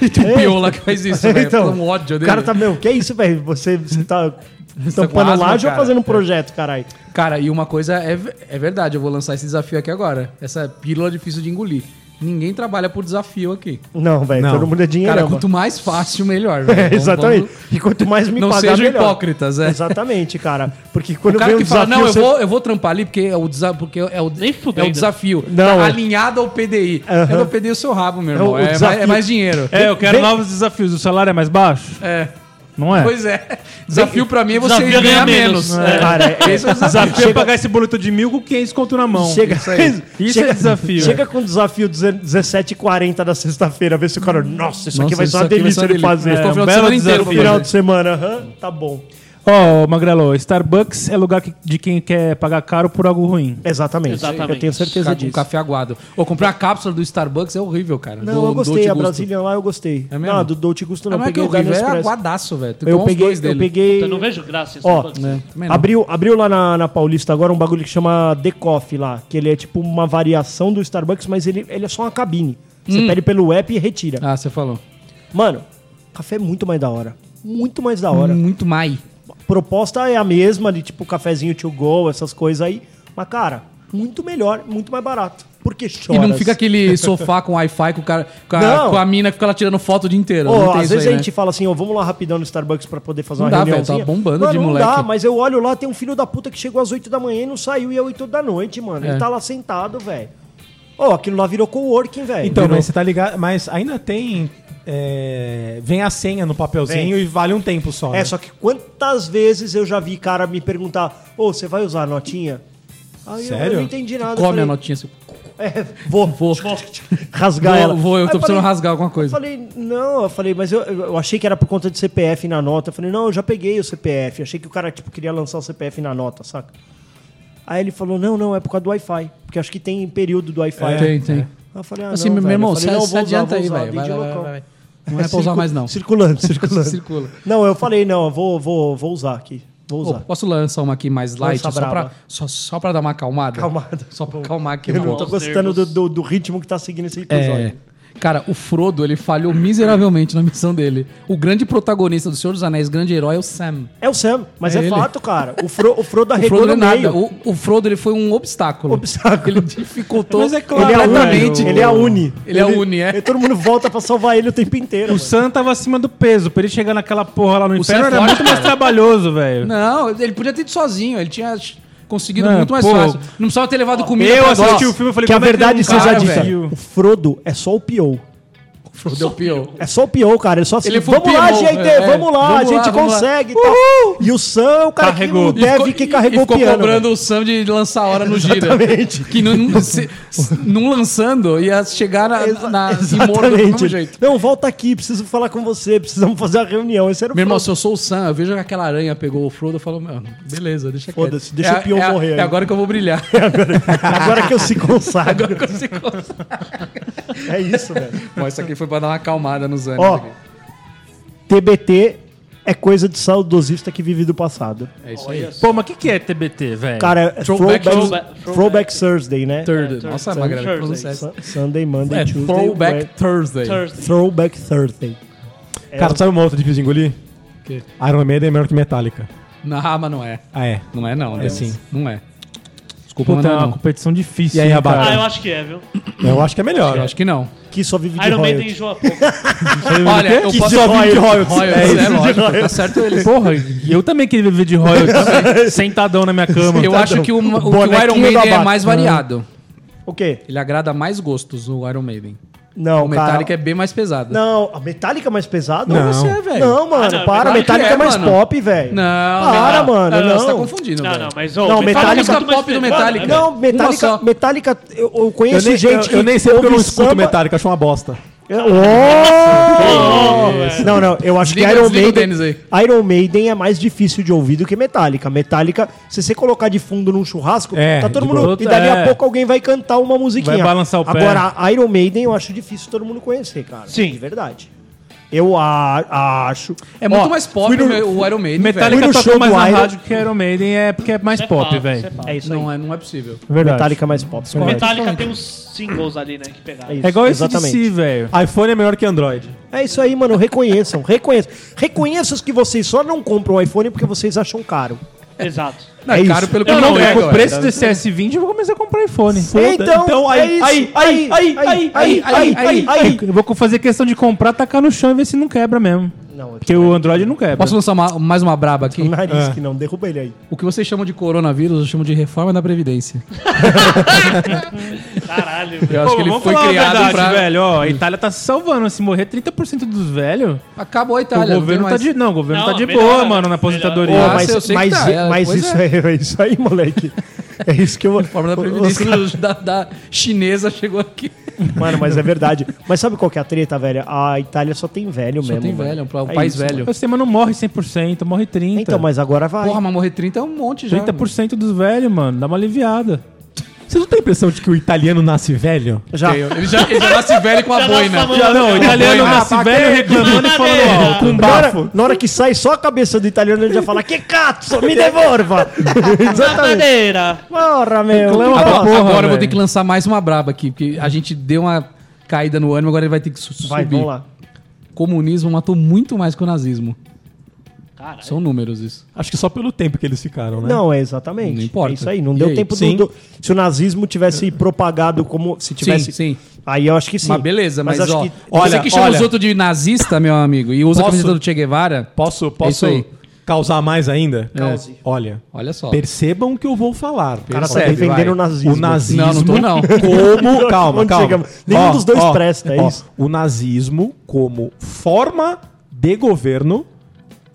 Speaker 3: e tem um piola que faz isso, velho. Então, um ódio
Speaker 5: É. o
Speaker 3: dele.
Speaker 5: cara tá, meu, que é isso, velho? Você, você tá
Speaker 3: tá com
Speaker 5: tampando
Speaker 3: asma,
Speaker 5: laje ou
Speaker 3: cara?
Speaker 5: fazendo um
Speaker 3: É.
Speaker 5: projeto, caralho?
Speaker 3: Cara, e uma coisa é, ve- é verdade, eu vou lançar esse desafio aqui agora. Essa pílula difícil de engolir. Ninguém trabalha por desafio aqui.
Speaker 5: Não, velho,
Speaker 1: Não.
Speaker 5: todo mundo é dinheiro.
Speaker 3: Cara, quanto mais fácil, melhor, velho.
Speaker 5: É,
Speaker 3: Vamos-
Speaker 5: exatamente.
Speaker 3: vamos-
Speaker 5: E quanto mais me
Speaker 3: Não
Speaker 5: pagar,
Speaker 3: sejam
Speaker 5: melhor.
Speaker 3: hipócritas, é.
Speaker 5: Exatamente, cara. Porque quando
Speaker 3: O cara
Speaker 5: vem um
Speaker 3: que fala,
Speaker 5: desafio...
Speaker 3: não, eu,
Speaker 5: você-
Speaker 3: vou, eu vou trampar ali porque é o, desa porque é o,
Speaker 6: Nem
Speaker 3: é
Speaker 6: fudendo.
Speaker 3: o desafio.
Speaker 5: Não,
Speaker 3: tá
Speaker 5: é.
Speaker 3: alinhado ao PDI.
Speaker 5: Aham.
Speaker 3: É do PDI o seu rabo, meu
Speaker 5: É
Speaker 3: irmão.
Speaker 5: o- o
Speaker 3: É, mais- é
Speaker 5: desafio.
Speaker 3: mais dinheiro.
Speaker 4: É, eu quero
Speaker 5: Vem-
Speaker 4: novos desafios. O salário é mais baixo?
Speaker 3: É.
Speaker 4: Não é?
Speaker 3: Pois é. Desafio pra mim é você
Speaker 6: Desafio é
Speaker 3: ganhar,
Speaker 6: ganhar
Speaker 3: menos.
Speaker 6: menos.
Speaker 3: É.
Speaker 5: Cara, é-
Speaker 3: Esse é o desafio.
Speaker 4: Desafio é
Speaker 5: Chega-
Speaker 4: pagar esse boleto de mil com 500 conto na mão.
Speaker 5: Chega,
Speaker 3: Isso aí.
Speaker 4: Isso
Speaker 5: chega-
Speaker 4: é desafio.
Speaker 5: Chega com o desafio 17h40 da sexta-feira, ver se o cara. Nossa, isso aqui
Speaker 3: Nossa,
Speaker 5: vai ser uma
Speaker 3: aqui vai
Speaker 5: delícia
Speaker 3: ser
Speaker 5: de
Speaker 3: uma delícia.
Speaker 5: fazer.
Speaker 3: Ficou o final
Speaker 4: É, um
Speaker 3: de
Speaker 4: belo
Speaker 3: semana inteiro pra
Speaker 4: desafio.
Speaker 5: Final
Speaker 3: fazer.
Speaker 5: de semana, aham, tá bom.
Speaker 4: Ó, Magrelo, Starbucks é lugar que- de quem quer pagar caro por algo ruim.
Speaker 5: Exatamente.
Speaker 6: Exatamente.
Speaker 5: Eu tenho certeza
Speaker 3: Ca- com
Speaker 5: disso.
Speaker 3: café aguado. Ou comprar a cápsula do Starbucks é horrível, cara.
Speaker 5: Não,
Speaker 3: Do-
Speaker 5: eu
Speaker 3: do
Speaker 5: gostei.
Speaker 3: Dolce
Speaker 5: A
Speaker 3: Gusto.
Speaker 5: Brasília lá eu gostei.
Speaker 3: É mesmo?
Speaker 5: não, do Dolce Gusto não,
Speaker 3: Não,
Speaker 5: eu
Speaker 3: é que
Speaker 5: peguei o
Speaker 3: horrível, é
Speaker 5: Express.
Speaker 3: aguadaço, velho. Tem que
Speaker 5: Eu
Speaker 3: tomar uns
Speaker 5: peguei,
Speaker 3: dois
Speaker 5: eu
Speaker 3: dele.
Speaker 5: peguei.
Speaker 6: Eu não vejo graça em
Speaker 5: Ó,
Speaker 6: Starbucks.
Speaker 3: né? Também não.
Speaker 5: Abriu, abriu lá na, na Paulista agora um bagulho que chama The Coffee lá, que ele é tipo uma variação do Starbucks, mas ele, ele é só uma cabine. Você pede pelo app e retira.
Speaker 3: Hum. Ah, você falou.
Speaker 5: Mano, café é muito mais da hora. Muito mais
Speaker 3: Hum.
Speaker 5: da hora.
Speaker 3: Muito mais.
Speaker 5: proposta é a mesma, de tipo cafezinho to go, essas coisas aí. Mas, cara, muito melhor, muito mais barato. Porque
Speaker 3: E
Speaker 5: chora.
Speaker 3: não fica aquele sofá com Wi-Fi com, o cara, com, a,
Speaker 5: Não.
Speaker 3: com a mina que fica lá tirando foto o dia inteiro.
Speaker 5: Ó,
Speaker 3: não tem
Speaker 5: às
Speaker 3: isso
Speaker 5: vezes
Speaker 3: aí,
Speaker 5: a
Speaker 3: né?
Speaker 5: gente fala assim, ó, vamos lá rapidão no Starbucks pra poder fazer
Speaker 3: Não
Speaker 5: uma
Speaker 3: dá, velho,
Speaker 5: reuniãozinha.
Speaker 3: tá bombando
Speaker 5: Mano,
Speaker 3: de
Speaker 5: não
Speaker 3: moleque.
Speaker 5: dá, mas eu olho lá, tem um filho da puta que chegou às 8 da manhã e não saiu e é 8 da noite, mano. Ele tá lá sentado, velho. Ó, aquilo lá virou coworking, velho.
Speaker 1: Então,
Speaker 5: Virou-
Speaker 1: mas você tá ligado. Mas ainda tem. é, vem a senha no papelzinho
Speaker 5: Vem.
Speaker 1: e vale um tempo só.
Speaker 5: É,
Speaker 1: né?
Speaker 5: só que quantas vezes eu já vi cara me perguntar, ô, você vai usar a notinha? Aí eu- eu
Speaker 1: Sério?
Speaker 5: não entendi nada. eu
Speaker 3: Come
Speaker 5: falei,
Speaker 3: a notinha. Assim.
Speaker 5: É, vou,
Speaker 3: Vou.
Speaker 5: rasgar
Speaker 3: Vou-
Speaker 5: ela.
Speaker 3: vou, eu tô
Speaker 5: Aí
Speaker 3: precisando rasgar alguma coisa.
Speaker 5: Eu falei, não, eu falei, mas eu, eu achei que era por conta de CPF na nota. Eu falei, não, eu já peguei o CPF. Eu achei que o cara, tipo, queria lançar o CPF na nota, saca? Aí ele falou, não, não, é por causa do Wi-Fi. Porque eu acho que tem período do Wi-Fi.
Speaker 3: É, tem, tem.
Speaker 5: Aí eu falei, ah,
Speaker 3: Assim,
Speaker 5: não,
Speaker 3: meu
Speaker 5: velho.
Speaker 3: irmão,
Speaker 5: Eu falei,
Speaker 3: se,
Speaker 5: não,
Speaker 3: se
Speaker 5: vou usar,
Speaker 3: adianta
Speaker 5: vou
Speaker 3: aí,
Speaker 5: usar,
Speaker 3: vai.
Speaker 5: desde
Speaker 3: vai, vai,
Speaker 5: local.
Speaker 3: vai, vai. Não é pra usar
Speaker 5: circu-
Speaker 3: mais, não.
Speaker 5: Circulando, circulando.
Speaker 3: Circula.
Speaker 5: Não, eu falei, não, eu vou, vou, vou usar aqui. Vou
Speaker 3: Ô,
Speaker 5: usar.
Speaker 3: posso lançar uma aqui mais light? Só
Speaker 5: Lança braba.
Speaker 3: pra, só, só pra dar uma acalmada?
Speaker 5: Calmada.
Speaker 3: Só pra acalmar aqui.
Speaker 5: eu
Speaker 3: meu
Speaker 5: não tô
Speaker 3: irmão.
Speaker 5: gostando do, do, do ritmo que tá seguindo esse episódio.
Speaker 3: É. Cara, o Frodo, ele falhou miseravelmente na missão dele. O grande protagonista do Senhor dos Anéis, grande herói, é o Sam.
Speaker 5: É o Sam, mas
Speaker 3: É
Speaker 5: é,
Speaker 3: ele.
Speaker 5: fato, cara. O, Fro, o Frodo
Speaker 3: O
Speaker 5: arregou
Speaker 3: Frodo é
Speaker 5: no meio.
Speaker 3: nada. O, o Frodo, ele foi um obstáculo.
Speaker 5: Obstáculo.
Speaker 3: Ele dificultou.
Speaker 4: Mas é claro,
Speaker 5: ele é a
Speaker 3: completamente.
Speaker 5: Uni. Ele é a Uni.
Speaker 3: Ele é a Uni, é.
Speaker 5: Todo mundo volta pra salvar ele o tempo inteiro.
Speaker 4: O
Speaker 5: mano.
Speaker 4: Sam tava acima do peso. Pra ele chegar naquela porra lá no
Speaker 3: Sam
Speaker 4: inferno
Speaker 3: é
Speaker 4: era
Speaker 3: forte,
Speaker 4: muito mais
Speaker 3: cara.
Speaker 4: trabalhoso, velho.
Speaker 3: Não, ele podia ter ido sozinho. Ele tinha ch- conseguido
Speaker 4: Não,
Speaker 3: muito mais
Speaker 4: pô.
Speaker 3: fácil. Não precisava ter levado comida
Speaker 4: Eu
Speaker 3: pra
Speaker 4: assisti
Speaker 3: nós.
Speaker 4: o filme e falei
Speaker 5: que a
Speaker 4: como é
Speaker 5: verdade
Speaker 4: um
Speaker 5: seja
Speaker 4: cara,
Speaker 5: dita.
Speaker 4: velho,
Speaker 5: O Frodo é só o P.O.
Speaker 3: Fodeu pior.
Speaker 5: É só o Pio, cara. Ele só assim,
Speaker 3: Ele foi
Speaker 5: vamos lá,
Speaker 3: Pio,
Speaker 5: gente,
Speaker 3: é,
Speaker 5: vamos lá, a
Speaker 3: vamos lá,
Speaker 5: gente
Speaker 3: vamos lá.
Speaker 5: consegue. e tal. E o Sam, é o cara
Speaker 4: Carregou.
Speaker 5: que não deve, que carregou
Speaker 3: e ficou
Speaker 5: o piano.
Speaker 3: cobrando
Speaker 5: velho.
Speaker 3: o Sam de lançar a hora no giro.
Speaker 5: Exatamente.
Speaker 3: Que não, não- se- se- não lançando ia chegar na,
Speaker 5: Exa-
Speaker 3: na imorno do mesmo
Speaker 5: Exatamente.
Speaker 3: jeito.
Speaker 5: Não, volta aqui, preciso falar com você, precisamos fazer uma reunião. Esse era o
Speaker 3: Meu irmão,
Speaker 5: Frodo.
Speaker 3: se eu sou o Sam, eu vejo que aquela aranha pegou o Frodo, eu falo, "Mano, beleza, deixa quieto.
Speaker 5: Foda-se, deixa
Speaker 3: É-
Speaker 5: o Pion
Speaker 3: é-
Speaker 5: morrer aí.
Speaker 3: É agora que eu vou brilhar.
Speaker 5: Agora que eu se consagro.
Speaker 3: Agora que eu sei como-
Speaker 5: É isso, velho.
Speaker 3: Bom, isso aqui foi pra dar uma acalmada nos anos.
Speaker 5: Ó, TBT é coisa de saudosista que vive do passado.
Speaker 3: é isso aí.
Speaker 4: Pô, mas o que, que é TBT, velho?
Speaker 5: Cara, é
Speaker 3: Throwback-
Speaker 5: throwback,
Speaker 6: throwback-
Speaker 5: throwback, Thursday, né?
Speaker 3: Third. Nossa, uma grande
Speaker 6: Thursday.
Speaker 3: pronunciação.
Speaker 5: Su- Sunday, Monday,
Speaker 3: É
Speaker 5: Tuesday.
Speaker 3: Throwback
Speaker 5: Wed-
Speaker 3: Thursday.
Speaker 6: Thursday.
Speaker 5: Throwback Thursday.
Speaker 1: Cara, sabe uma outra difícil de engolir?
Speaker 3: quê?
Speaker 1: Iron Maiden é melhor que Metallica.
Speaker 3: Não, mas não é.
Speaker 1: Ah, é.
Speaker 3: Não é não, né?
Speaker 1: É sim.
Speaker 3: Não é. Desculpa, mas
Speaker 4: Puta, é
Speaker 3: não é
Speaker 4: uma
Speaker 3: não.
Speaker 4: competição difícil.
Speaker 1: E aí,
Speaker 4: hein,
Speaker 1: Abaca?
Speaker 4: cara?
Speaker 6: Ah, eu acho que é, viu?
Speaker 1: Eu acho que é melhor.
Speaker 3: Eu acho que não.
Speaker 5: Que só vive de
Speaker 6: Iron Maiden
Speaker 5: royalties.
Speaker 6: enjoa pouco.
Speaker 3: Olha, eu
Speaker 1: que
Speaker 3: posso...
Speaker 1: só vive de royalties.
Speaker 3: Royals,
Speaker 1: É
Speaker 3: é,
Speaker 1: isso.
Speaker 3: lógico, tá certo ele.
Speaker 4: Porra, eu também queria viver de royalties sentadão na minha cama.
Speaker 3: Eu acho que o, o que o
Speaker 5: tá Bonequinho
Speaker 3: Iron
Speaker 5: da
Speaker 3: Maiden é
Speaker 5: Bata.
Speaker 3: mais variado.
Speaker 5: O quê?
Speaker 3: Ele agrada mais gostos, o Iron Maiden.
Speaker 5: Não,
Speaker 3: o Metallica
Speaker 5: cara.
Speaker 3: é bem mais pesado.
Speaker 5: Não, a Metallica é mais pesada?
Speaker 1: Não.
Speaker 3: você, velho.
Speaker 5: Não, mano,
Speaker 6: Ah, não,
Speaker 5: para. Metallica
Speaker 6: Metallica
Speaker 3: é,
Speaker 5: é mais
Speaker 3: mano.
Speaker 5: pop, velho.
Speaker 3: Não,
Speaker 5: Para,
Speaker 3: não,
Speaker 5: mano,
Speaker 3: Não, não, você tá
Speaker 5: não.
Speaker 3: confundindo,
Speaker 6: Não,
Speaker 3: velho.
Speaker 6: não, mas ô,
Speaker 5: Não, Metallica-
Speaker 6: Metallica é muito mais
Speaker 3: Pop do
Speaker 6: pesado,
Speaker 3: Metallica. é.
Speaker 6: né, velho?
Speaker 5: Não, Metallica,
Speaker 3: só.
Speaker 5: Metallica eu, eu
Speaker 1: Eu
Speaker 5: conheço
Speaker 1: nem,
Speaker 5: gente
Speaker 1: eu, eu nem sei porque eu não
Speaker 5: ouve
Speaker 1: escuto
Speaker 5: samba-
Speaker 1: Metallica, acho uma bosta.
Speaker 5: Oh! Não, não, eu acho
Speaker 3: Desliga-
Speaker 5: que Iron
Speaker 3: desliga o
Speaker 5: Maiden,
Speaker 3: Denis aí.
Speaker 5: Iron Maiden é mais difícil de ouvir do que Metallica. Metallica, se você colocar de fundo num churrasco,
Speaker 1: É,
Speaker 5: tá todo
Speaker 1: de
Speaker 5: mundo.
Speaker 4: boa.
Speaker 5: E dali
Speaker 4: É.
Speaker 5: a pouco alguém vai cantar uma musiquinha.
Speaker 4: Vai balançar o pé.
Speaker 5: Agora, a Iron Maiden eu acho difícil todo mundo conhecer, cara.
Speaker 6: Sim.
Speaker 5: De verdade. Eu a- acho.
Speaker 3: É muito
Speaker 5: Ó,
Speaker 3: mais
Speaker 5: fui
Speaker 3: pop
Speaker 5: no-
Speaker 3: o- o Iron Maiden,
Speaker 4: Metallica
Speaker 5: Fui no
Speaker 4: tocou
Speaker 5: show
Speaker 4: mais
Speaker 5: do
Speaker 4: na
Speaker 5: Iron-
Speaker 4: rádio que Iron Maiden é porque é mais
Speaker 6: Isso é
Speaker 4: pop,
Speaker 6: fato, isso
Speaker 4: velho.
Speaker 6: é fato.
Speaker 5: É
Speaker 3: velho.
Speaker 5: isso aí.
Speaker 3: Não é, não é possível.
Speaker 4: Verdade.
Speaker 5: Metallica é mais pop.
Speaker 6: Metallica tem uns singles ali, né? Que pegaram.
Speaker 5: isso,
Speaker 4: É igual esse
Speaker 5: exatamente.
Speaker 4: DC, velho.
Speaker 1: iPhone é melhor que Android.
Speaker 5: É isso aí, mano. Reconheçam, reconheçam. Reconheçam os que vocês só não compram o iPhone porque vocês acham caro.
Speaker 6: Exato.
Speaker 3: Não, é
Speaker 5: isso.
Speaker 3: caro pelo que
Speaker 4: Eu não,
Speaker 3: é
Speaker 4: é, com o
Speaker 3: agora.
Speaker 4: preço desse S20 eu vou começar a comprar iPhone.
Speaker 5: Então, é isso.
Speaker 1: aí, aí, aí, aí, aí, aí, aí.
Speaker 4: Eu vou fazer questão de comprar, tacar no chão e ver se não quebra mesmo.
Speaker 5: Não, é
Speaker 4: Porque o Android não quebra.
Speaker 3: Posso lançar uma- mais uma braba aqui?
Speaker 5: o nariz que não, é. derruba ele aí.
Speaker 3: O que vocês chamam de coronavírus, eu chamo de reforma da Previdência.
Speaker 6: Caralho, velho.
Speaker 3: Eu acho que ele
Speaker 4: vamos
Speaker 3: foi
Speaker 4: falar a
Speaker 3: criado
Speaker 4: verdade,
Speaker 3: pra...
Speaker 4: velho. Ó, a Itália tá se salvando. Se morrer 30% dos velhos,
Speaker 3: Acabou a
Speaker 4: o
Speaker 3: Itália.
Speaker 4: governo tá de. Não, o governo
Speaker 6: Não,
Speaker 4: tá de
Speaker 6: melhor,
Speaker 4: boa, mano,
Speaker 6: né?
Speaker 4: na
Speaker 6: Melhor.
Speaker 4: aposentadoria.
Speaker 3: Pô,
Speaker 5: Pô, mas
Speaker 3: eu sei que
Speaker 5: mas,
Speaker 3: tá, é,
Speaker 5: mas
Speaker 3: pois
Speaker 5: isso é. é isso aí, moleque. É isso que eu
Speaker 3: Reforma da Previdência do- da, da chinesa chegou aqui.
Speaker 5: Mano, mas é verdade. Mas sabe qual que é a treta, velho? A Itália só tem velho
Speaker 3: Só
Speaker 5: mesmo.
Speaker 3: tem velho, é um pra- um país
Speaker 5: isso,
Speaker 3: velho.
Speaker 4: Eu sei, mas não morre 100%, morre 30%.
Speaker 5: Então, mas agora vai.
Speaker 3: Porra, mas morrer 30 é um monte já.
Speaker 4: 30% dos velhos, mano. Dá uma aliviada.
Speaker 1: Então. Você não tem a impressão de que o italiano nasce velho?
Speaker 5: já.
Speaker 3: Ele já, ele já nasce velho com a
Speaker 6: Já
Speaker 3: boina.
Speaker 6: nasce
Speaker 4: Já não, o italiano
Speaker 3: Ah,
Speaker 4: nasce
Speaker 1: pra
Speaker 4: velho reclamando e falando alto, com
Speaker 5: Na hora,
Speaker 4: bafo.
Speaker 5: na hora que sai só a cabeça do italiano, ele já fala: Que cazzo, me devolva! Exatamente.
Speaker 6: Madeira.
Speaker 5: Porra, meu.
Speaker 1: Então,
Speaker 4: Reclama pra
Speaker 3: Agora, agora
Speaker 4: porra,
Speaker 3: eu vou
Speaker 4: velho.
Speaker 3: ter que lançar mais uma braba aqui, porque a gente deu uma caída no ânimo, agora ele vai ter que su- subir.
Speaker 5: Vai, vamos lá.
Speaker 3: Comunismo matou muito mais que o nazismo.
Speaker 6: Caralho.
Speaker 3: São números isso.
Speaker 1: Acho que só pelo tempo que eles ficaram, né?
Speaker 5: Não, é exatamente.
Speaker 3: Não importa.
Speaker 5: É isso aí. Não
Speaker 3: E
Speaker 5: deu
Speaker 3: aí?
Speaker 5: tempo do,
Speaker 1: Sim.
Speaker 5: do- Se o nazismo tivesse propagado como. Se tivesse.
Speaker 3: sim.
Speaker 5: Aí eu acho que sim.
Speaker 3: Mas beleza, mas,
Speaker 5: acho
Speaker 3: ó,
Speaker 5: que-
Speaker 3: você
Speaker 1: olha,
Speaker 3: que chama
Speaker 1: olha.
Speaker 3: os outros de nazista, meu amigo, e usa a
Speaker 1: Posso?
Speaker 3: camiseta do Che Guevara,
Speaker 1: Posso,
Speaker 3: isso
Speaker 1: posso
Speaker 3: aí.
Speaker 1: causar mais ainda?
Speaker 3: Cause.
Speaker 1: Olha,
Speaker 3: olha só.
Speaker 1: percebam o que eu vou falar.
Speaker 5: O cara tá
Speaker 3: Percebe,
Speaker 5: defendendo
Speaker 3: vai.
Speaker 5: o nazismo.
Speaker 1: O nazismo.
Speaker 3: Não, não tô tá- não.
Speaker 1: Como. calma,
Speaker 5: Onde
Speaker 1: calma.
Speaker 5: chegamos? Nenhum dos dois presta, é isso.
Speaker 1: O nazismo, como forma de governo,